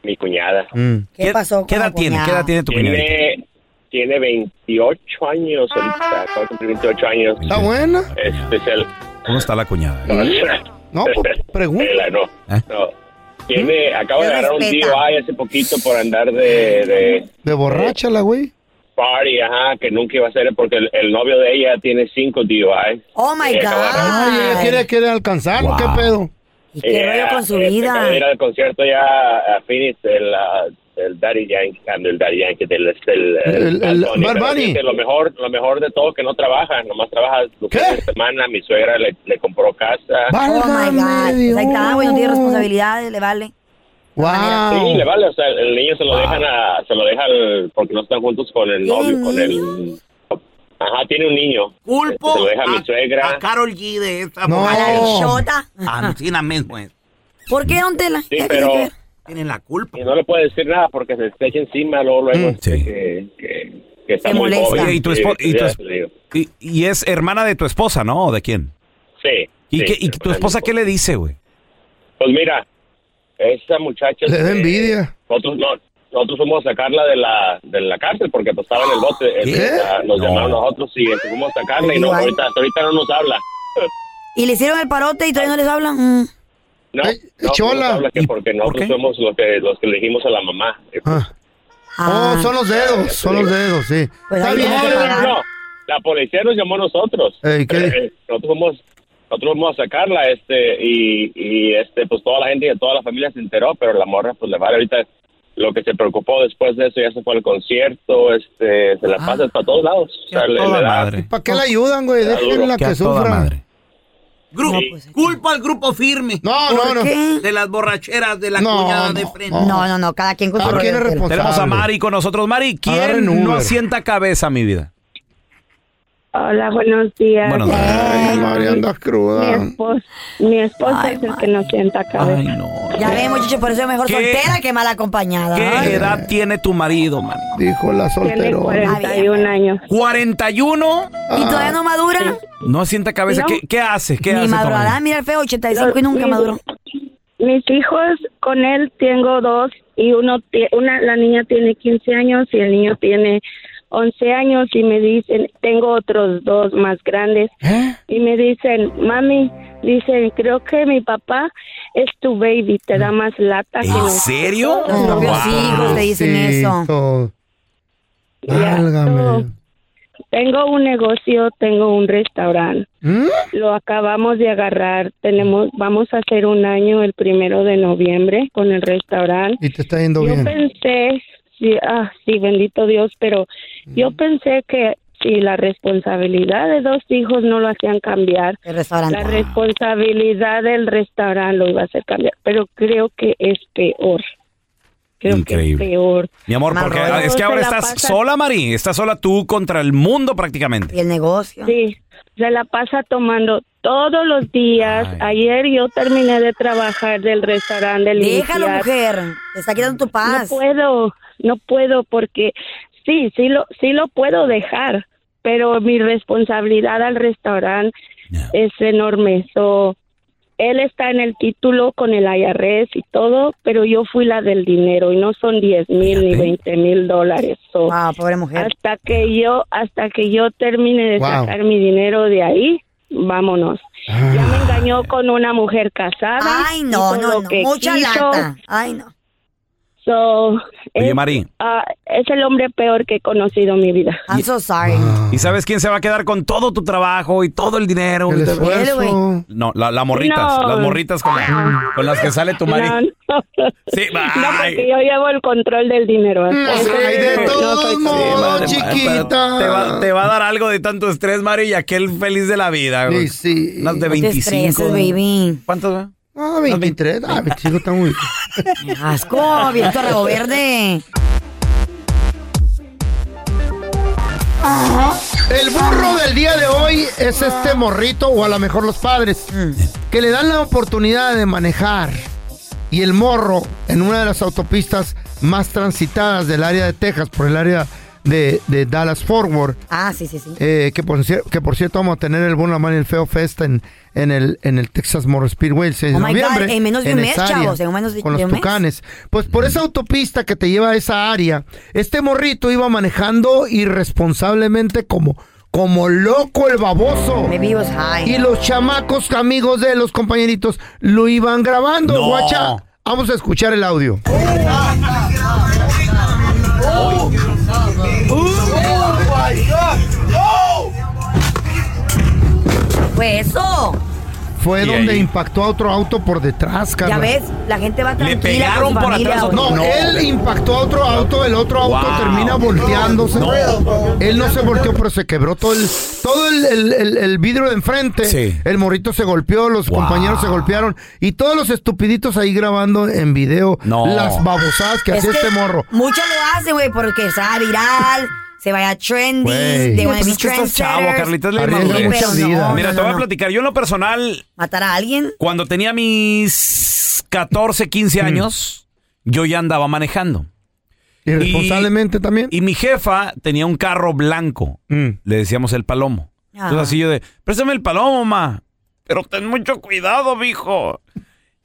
Speaker 21: Mi cuñada.
Speaker 5: ¿Qué, pasó?
Speaker 1: ¿Qué edad tiene? ¿Qué edad tiene tu cuñada?
Speaker 21: Tiene, tiene 28 años ahorita. Acaba de cumplir 28 años.
Speaker 4: ¿Está buena?
Speaker 21: Este es el...
Speaker 1: ¿Cómo está la cuñada?
Speaker 5: Mm.
Speaker 4: No, pregunta.
Speaker 21: no,
Speaker 4: Ah.
Speaker 21: no. Tiene, acaba de
Speaker 4: Me
Speaker 21: agarrar un
Speaker 4: respeta.
Speaker 21: DUI hace poquito por andar de, de
Speaker 4: De borracha la güey.
Speaker 21: party, ajá, que nunca iba a ser porque el, el novio de ella tiene 5 DUI.
Speaker 5: Oh my
Speaker 21: Eh,
Speaker 4: Ay, ella quiere, quiere alcanzarlo, ¿qué pedo?
Speaker 5: ¿Y
Speaker 21: Acabo eh, de ir al concierto ya a Phoenix, el, ah, el Daddy Yankee, ah, no, el Daddy Yankee, del, del,
Speaker 4: El- el
Speaker 21: Bad Bunny,
Speaker 4: Bad
Speaker 21: pero
Speaker 4: Bunny.
Speaker 21: dice Lo mejor, lo mejor de todo que no trabaja, nomás trabaja los fines de semana, mi suegra le, le compró casa.
Speaker 5: Oh my God. Pues ahí está, güey, no tiene responsabilidades, le vale.
Speaker 21: Sí, le vale, o sea, el niño se lo dejan a, se lo deja al- porque no están juntos con el novio, con el... Ajá, tiene un niño.
Speaker 27: Culpo
Speaker 21: Se lo deja a
Speaker 1: Oh,
Speaker 21: mi suegra.
Speaker 27: A Carol G de esa
Speaker 21: No.
Speaker 27: mujer.
Speaker 21: A la
Speaker 5: bichota.
Speaker 1: Ah,
Speaker 27: Ancina mismo es.
Speaker 5: ¿Por qué, don Tela?
Speaker 21: Sí,
Speaker 5: ¿Qué
Speaker 21: pero...
Speaker 5: tiene que ver?
Speaker 21: Tienen la culpa. Y no le puede decir nada porque se te echa encima luego,
Speaker 1: Mm,
Speaker 21: luego este, que, que, que está
Speaker 5: Se
Speaker 21: muy
Speaker 5: molesta.
Speaker 21: joven.
Speaker 1: Oye, ¿y tu
Speaker 21: Sí,
Speaker 1: espo- y tu
Speaker 21: ya
Speaker 1: es-
Speaker 21: te digo.
Speaker 1: Y, y es hermana de tu esposa, ¿no? ¿O de quién?
Speaker 21: Sí.
Speaker 1: ¿Y,
Speaker 21: sí,
Speaker 1: qué- y tu
Speaker 21: hermana de mi
Speaker 1: esposa qué le dice, güey?
Speaker 21: Pues mira, esa muchacha...
Speaker 4: Le da
Speaker 21: eh,
Speaker 4: envidia.
Speaker 21: Nosotros, no, nosotros fuimos a sacarla de la, de la cárcel porque pues, estaba en el bote.
Speaker 5: ¿Qué?
Speaker 21: Eh, la- nos
Speaker 5: No.
Speaker 21: llamaron nosotros y este, fuimos a sacarla y no,
Speaker 5: Igual.
Speaker 21: ahorita, hasta ahorita no nos habla.
Speaker 5: ¿Y le hicieron el parote y todavía no les hablan? Mm.
Speaker 21: No, no, no nos habla que porque nosotros somos los que, los que le dijimos a la mamá.
Speaker 5: Ah.
Speaker 4: Oh, son los dedos, son los dedos, sí. Está bien.
Speaker 21: No, no, no, no. La policía nos llamó a nosotros.
Speaker 4: Ey, ¿qué?
Speaker 21: Eh, nosotros fuimos nosotros fuimos a sacarla este y, y, este pues toda la gente toda la familia se enteró pero la morra pues le vale ahorita lo que se preocupó después de eso ya se fue al concierto este se la pasa para todos lados O sea, le- le da-
Speaker 4: ¿Para qué la ayudan, güey?
Speaker 21: Está
Speaker 4: Déjenla
Speaker 21: duro.
Speaker 4: que
Speaker 21: Que a toda
Speaker 4: sufra.
Speaker 21: madre.
Speaker 27: Grupo, culpa al grupo firme.
Speaker 4: No,
Speaker 5: no, no. ¿Qué?
Speaker 27: De las borracheras de la cuñada de frente.
Speaker 5: No, no, no, cada quien con su rollo, Tela.
Speaker 1: Tenemos a Mari con nosotros. Mari,
Speaker 5: Agarren
Speaker 1: ¿quién
Speaker 5: Uber.
Speaker 1: no asienta cabeza, mi vida?
Speaker 28: Hola, buenos días.
Speaker 1: Buenos días. Ay, Mari, andas cruda.
Speaker 28: Mi esposo, mi esposo es el que nos sienta cabeza.
Speaker 5: Ya ven, muchachos, por eso es mejor
Speaker 28: ¿Qué?
Speaker 5: soltera que mal acompañada.
Speaker 1: ¿Qué
Speaker 5: Ay.
Speaker 1: edad tiene tu marido, man?
Speaker 4: Dijo la
Speaker 28: Tiene 41 años.
Speaker 1: ¿41?
Speaker 5: ¿Y todavía no madura?
Speaker 21: Ah.
Speaker 1: No asienta cabeza.
Speaker 28: No.
Speaker 1: ¿Qué, qué hace? ¿Qué
Speaker 5: Ni
Speaker 1: hace? tu
Speaker 5: madurará,
Speaker 1: marido?
Speaker 5: mira el feo, 85 y nunca
Speaker 28: Mis-
Speaker 5: maduró.
Speaker 28: Mis hijos, con él tengo dos y uno, tie- una, la niña tiene 15 años y el niño tiene 11 años y me dicen, tengo otros dos más grandes
Speaker 1: ¿Eh?
Speaker 28: y me dicen, mami, dicen, creo que mi papá es tu baby, te da más lata. que
Speaker 1: Mm. ¿En
Speaker 28: nosotros".
Speaker 1: serio?
Speaker 28: Los propios hijos te dicen eso.
Speaker 4: eso.
Speaker 28: Yo Tengo un negocio, tengo un restaurante.
Speaker 4: ¿Mm?
Speaker 28: Lo acabamos de agarrar. Tenemos, vamos a hacer un año el primero de noviembre con el restaurante.
Speaker 4: Y te está yendo
Speaker 28: Yo
Speaker 4: bien. Mm.
Speaker 28: pensé, sí, ah, sí, bendito Dios, pero yo pensé que y la responsabilidad de dos hijos no lo hacían cambiar.
Speaker 5: restaurante.
Speaker 28: La responsabilidad del restaurante lo iba a hacer cambiar, pero creo que es peor. Creo
Speaker 1: Increíble.
Speaker 28: que es peor.
Speaker 1: Mi amor, porque
Speaker 28: Marrón.
Speaker 1: es que ahora
Speaker 28: Se la
Speaker 1: estás
Speaker 28: pasa-
Speaker 1: sola, Mari. Estás sola tú contra el mundo prácticamente.
Speaker 5: el negocio.
Speaker 28: Sí, se la pasa tomando todos los días. Ayer yo terminé de trabajar del restaurante. Del
Speaker 5: Déjalo, mujer. Te está quitando tu paz.
Speaker 28: No puedo, no puedo porque sí, sí lo, sí lo puedo dejar, pero mi responsabilidad al restaurante es enorme. So, él está en el título con el IRS y todo, pero yo fui la del dinero y no son 10 mil ni 20 mil dólares. So,
Speaker 5: ah, pobre mujer.
Speaker 28: Hasta que yo, hasta que yo termine de
Speaker 5: Wow.
Speaker 28: sacar mi dinero de ahí, vámonos. Ya me
Speaker 5: Ah.
Speaker 28: engañó con una mujer casada.
Speaker 5: Ay, no,
Speaker 28: hizo
Speaker 5: no,
Speaker 28: lo
Speaker 5: no,
Speaker 28: que
Speaker 5: mucha
Speaker 28: quiso.
Speaker 5: lata. Ay, no.
Speaker 28: So,
Speaker 1: Oye,
Speaker 28: es,
Speaker 1: Mari.
Speaker 28: ah, es el hombre peor que he conocido en mi vida.
Speaker 5: I'm so sorry.
Speaker 1: ¿Y sabes quién se va a quedar con todo tu trabajo y todo el dinero?
Speaker 5: El
Speaker 1: Y te-
Speaker 5: esfuerzo. Él, güey.
Speaker 1: No, la, la morritas,
Speaker 28: No.
Speaker 1: las morritas con, la- con las que sale tu Mari.
Speaker 28: No, no.
Speaker 1: Sí,
Speaker 28: No, porque yo llevo el control del dinero.
Speaker 5: Mm.
Speaker 28: Eso no- no soy-
Speaker 1: Sí, madre, pero Te va, te va a dar algo de tanto estrés, Mari, y aquel feliz de la vida. güey. Unas de
Speaker 4: No te
Speaker 1: 25.
Speaker 4: estreses,
Speaker 1: güey.
Speaker 5: baby.
Speaker 1: ¿Cuántos va?
Speaker 4: Ah, 23. Ah, 25 está muy.
Speaker 5: Asco, viento rego verde.
Speaker 4: El burro del día de hoy es este morrito, o a lo mejor los padres, que le dan la oportunidad de manejar. Y el morro, en una de las autopistas más transitadas del área de Texas, por el área de, de Dallas Forward,
Speaker 5: Ah, sí, sí, sí.
Speaker 4: eh, que, por, cier- que por cierto vamos a tener el Bueno, la Mala y el Feo Fest en, en, el, en el Texas Motor Speedway el 6 de
Speaker 5: Oh my God,
Speaker 4: noviembre.
Speaker 5: en menos de un
Speaker 4: en
Speaker 5: mes,
Speaker 4: esa área,
Speaker 5: chavos, en menos de-
Speaker 4: Con
Speaker 5: de
Speaker 4: los
Speaker 5: un mes.
Speaker 4: tucanes. Pues por esa autopista que te lleva a esa área, este morrito iba manejando irresponsablemente como... Como loco el baboso.
Speaker 5: Maybe he was high.
Speaker 4: Y los chamacos, amigos de los compañeritos, lo iban grabando.
Speaker 5: No.
Speaker 4: Guacha, vamos a escuchar el audio.
Speaker 5: Fue Pues eso.
Speaker 4: Fue
Speaker 5: Y
Speaker 4: donde
Speaker 5: ahí.
Speaker 4: impactó a otro auto por detrás,
Speaker 5: Ya
Speaker 4: carnal.
Speaker 5: ves, la gente va tranquila. con su familia, güey.
Speaker 4: No, él impactó a otro auto, el otro auto termina volteándose. Él no se volteó, pero se quebró todo el, todo el, el- el- el vidrio de enfrente. El morrito se golpeó, los compañeros se golpearon y todos los estupiditos ahí grabando en video las babosadas que
Speaker 5: Es
Speaker 4: hacía
Speaker 5: que
Speaker 4: este morro.
Speaker 5: Mucho lo hace, güey, porque se va viral, se vaya trendy,
Speaker 4: Güey. Ah.
Speaker 5: they
Speaker 4: Güey,
Speaker 5: wanna
Speaker 4: pues
Speaker 5: be
Speaker 4: es que estás
Speaker 1: Chavo,
Speaker 5: trendsetters.
Speaker 1: Carlitos, la
Speaker 4: Arriesga
Speaker 1: inmadurez.
Speaker 4: mucha Sí, pero vida. no,
Speaker 1: Mira,
Speaker 4: no,
Speaker 1: te voy
Speaker 4: no.
Speaker 1: a platicar. Yo en lo personal,
Speaker 5: ¿Matar a alguien?
Speaker 1: cuando tenía mis 14,
Speaker 4: Mm.
Speaker 1: 15 años, yo ya andaba manejando.
Speaker 4: Irresponsablemente también. Mm.
Speaker 1: Y mi jefa tenía un carro blanco. Le decíamos el palomo.
Speaker 4: Ah.
Speaker 1: Entonces así yo de, préstame el palomo, ma. Pero ten mucho cuidado, mijo.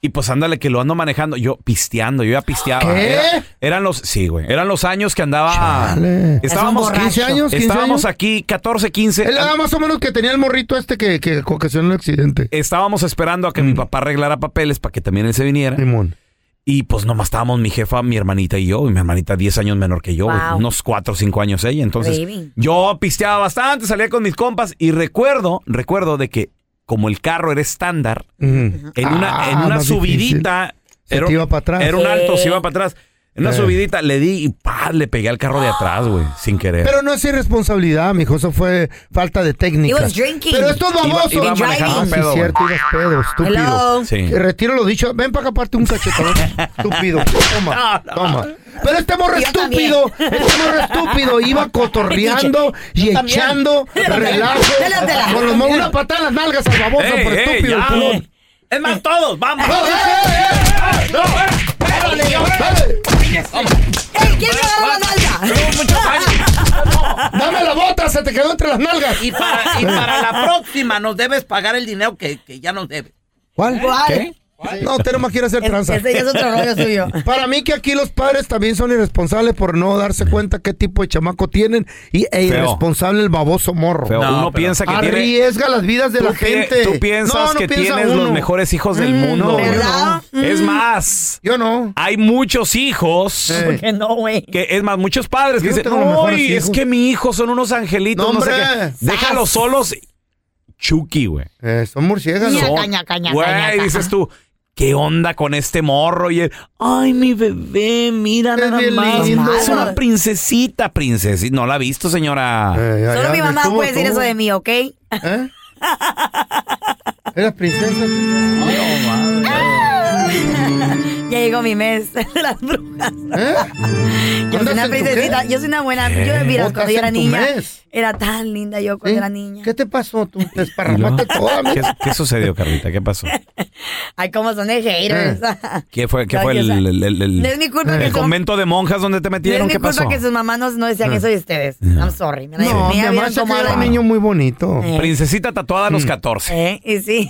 Speaker 1: Y pues ándale, que lo ando manejando. Yo pisteando, yo ya pisteaba.
Speaker 4: ¿Qué?
Speaker 1: Era- eran los, sí, güey. Eran los años que andaba. Estábamos,
Speaker 4: Es un borracho. 15 años, 15
Speaker 1: estábamos
Speaker 4: años.
Speaker 1: aquí, 14, 15.
Speaker 4: Él era más o menos que tenía el morrito este que, que ocasionó el accidente.
Speaker 1: Estábamos esperando a que mi
Speaker 4: Mm.
Speaker 1: papá arreglara papeles para que también él se viniera. Y pues nomás estábamos mi jefa, mi hermanita y yo. Y mi hermanita 10 años menor que yo, güey,
Speaker 5: Wow.
Speaker 1: unos 4 o 5 años ella. Entonces
Speaker 5: Baby.
Speaker 1: yo pisteaba bastante, salía con mis compas. Y recuerdo, recuerdo de que como el carro era estándar, en una,
Speaker 4: Ah,
Speaker 1: en una
Speaker 4: más
Speaker 1: subidita.
Speaker 4: Se te iba para atrás.
Speaker 1: Era un alto,
Speaker 4: Sí.
Speaker 1: se iba para atrás. En una
Speaker 4: Sí.
Speaker 1: subidita le di y ¡pah! le pegué al
Speaker 5: Ah.
Speaker 1: carro de atrás, güey, sin querer.
Speaker 4: Pero no es irresponsabilidad, mijo. Eso fue falta de técnica.
Speaker 1: He was drinking.
Speaker 4: Pero estos
Speaker 1: Iba-
Speaker 4: babosos.
Speaker 1: iba And manejando driving.
Speaker 4: Ah, sí,
Speaker 1: pedo, güey.
Speaker 4: cierto, ibas pedo, estúpido.
Speaker 1: Hello. Sí.
Speaker 4: Retiro lo dicho. Ven para acá, parte un cachetón. estúpido. Toma, toma. Pero este morro
Speaker 5: Yo
Speaker 4: estúpido,
Speaker 5: también.
Speaker 4: este morro estúpido iba cotorreando y
Speaker 5: Yo también.
Speaker 4: echando
Speaker 5: Yo también.
Speaker 4: relajo.
Speaker 5: Délatela.
Speaker 4: Con los mo- una patada en las nalgas al baboso
Speaker 1: Ey,
Speaker 4: por
Speaker 1: ey,
Speaker 4: estúpido.
Speaker 1: ya.
Speaker 4: el culón.
Speaker 1: Es más, todos, vamos.
Speaker 5: ¡Ey, quién me agarró la
Speaker 1: nalga!
Speaker 4: ¡Dame la bota! ¡Se te quedó entre las nalgas!
Speaker 27: Y para, y para la próxima nos debes pagar el dinero que, que ya nos debes.
Speaker 4: ¿Cuál? ¿Qué? No, usted nomás quiere hacer tranza.
Speaker 27: ese ya es otro rollo suyo.
Speaker 4: Para mí que aquí los padres también son irresponsables por no darse cuenta qué tipo de chamaco tienen y, e
Speaker 1: Feo.
Speaker 4: irresponsable el baboso morro.
Speaker 1: Feo, uno piensa que tiene-
Speaker 4: Arriesga las vidas de
Speaker 1: Tú
Speaker 4: la
Speaker 1: pi-
Speaker 4: gente.
Speaker 1: Tú piensas
Speaker 4: No, no
Speaker 1: que
Speaker 4: piensa
Speaker 1: tienes los
Speaker 4: uno.
Speaker 1: mejores hijos del
Speaker 4: Mm,
Speaker 1: mundo.
Speaker 4: no,
Speaker 1: güey.
Speaker 4: ¿verdad?
Speaker 1: Es
Speaker 4: Mm.
Speaker 1: más.
Speaker 4: Yo no.
Speaker 1: Hay muchos hijos. Que
Speaker 5: no, güey.
Speaker 1: Que es más, muchos padres que
Speaker 4: Yo no
Speaker 1: dicen,
Speaker 4: tengo los
Speaker 1: no,
Speaker 4: mejores
Speaker 1: y es
Speaker 4: hijos".
Speaker 1: que mi hijo son unos angelitos.
Speaker 4: No,
Speaker 1: No, sé
Speaker 4: hombre. Eh,
Speaker 1: qué. Déjalos solos. Chucky, güey.
Speaker 4: son murciélagos.
Speaker 5: Ñaca, ñaca, ñaca,
Speaker 1: Güey,
Speaker 5: ñaca.
Speaker 1: dices tú.
Speaker 3: ¿Qué onda con este morro? Y él, ay, mi bebé, mira nada
Speaker 5: bien
Speaker 3: más.
Speaker 5: lindo.
Speaker 3: Es una princesita, princesita. No la ha visto, señora.
Speaker 4: Eh,
Speaker 5: Solo mi mamá puede decir eso de mí, ¿ok?
Speaker 4: Eras princesa.
Speaker 5: ya llegó mi mes de las brujas. Yo soy una
Speaker 4: ¿Eh? en tu
Speaker 5: princesita,
Speaker 4: qué?
Speaker 5: yo soy una buena.
Speaker 4: ¿Qué?
Speaker 5: Yo, mira,
Speaker 4: ¿Vos
Speaker 5: cuando
Speaker 4: estás
Speaker 5: yo era
Speaker 4: en tu
Speaker 5: niña,
Speaker 4: mes?
Speaker 5: era tan linda yo cuando
Speaker 4: ¿Sí?
Speaker 5: era niña.
Speaker 4: ¿Qué te pasó? Tú te esparramaste toda,
Speaker 3: ¿Qué,
Speaker 4: mija.
Speaker 3: qué sucedió, Carlita? ¿Qué pasó?
Speaker 5: Ay, cómo son de haters.
Speaker 4: ¿Eh?
Speaker 3: ¿Qué fue, qué fue el,
Speaker 5: Gracias.
Speaker 3: el- el- el-
Speaker 5: No es mi culpa
Speaker 3: el
Speaker 5: que son-
Speaker 3: convento de monjas donde te
Speaker 5: No es
Speaker 3: metieron?
Speaker 5: mi
Speaker 3: ¿Qué
Speaker 5: culpa
Speaker 3: pasó?
Speaker 5: que sus mamás no, no decían
Speaker 3: Eh.
Speaker 5: eso de ustedes. I'm sorry. Me la
Speaker 4: No, mi
Speaker 5: me
Speaker 4: mamá
Speaker 5: habían
Speaker 4: se
Speaker 5: tomado
Speaker 4: quedó
Speaker 5: la
Speaker 4: un niño muy bonito.
Speaker 1: Eh.
Speaker 3: Princesita tatuada a los 14.
Speaker 5: ¿Eh? Y sí.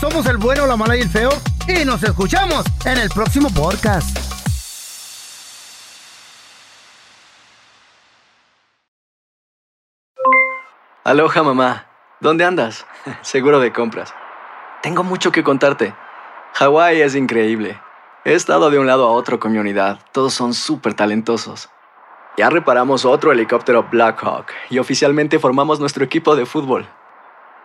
Speaker 4: Somos el bueno, la mala y el feo. Y nos escuchamos en el próximo podcast.
Speaker 29: Aloha mamá, ¿dónde andas? Seguro de compras. Tengo mucho que contarte. Hawái es increíble. He estado de un lado a otro con mi unidad. Todos son súper talentosos. Ya reparamos otro helicóptero Blackhawk y oficialmente formamos nuestro equipo de fútbol.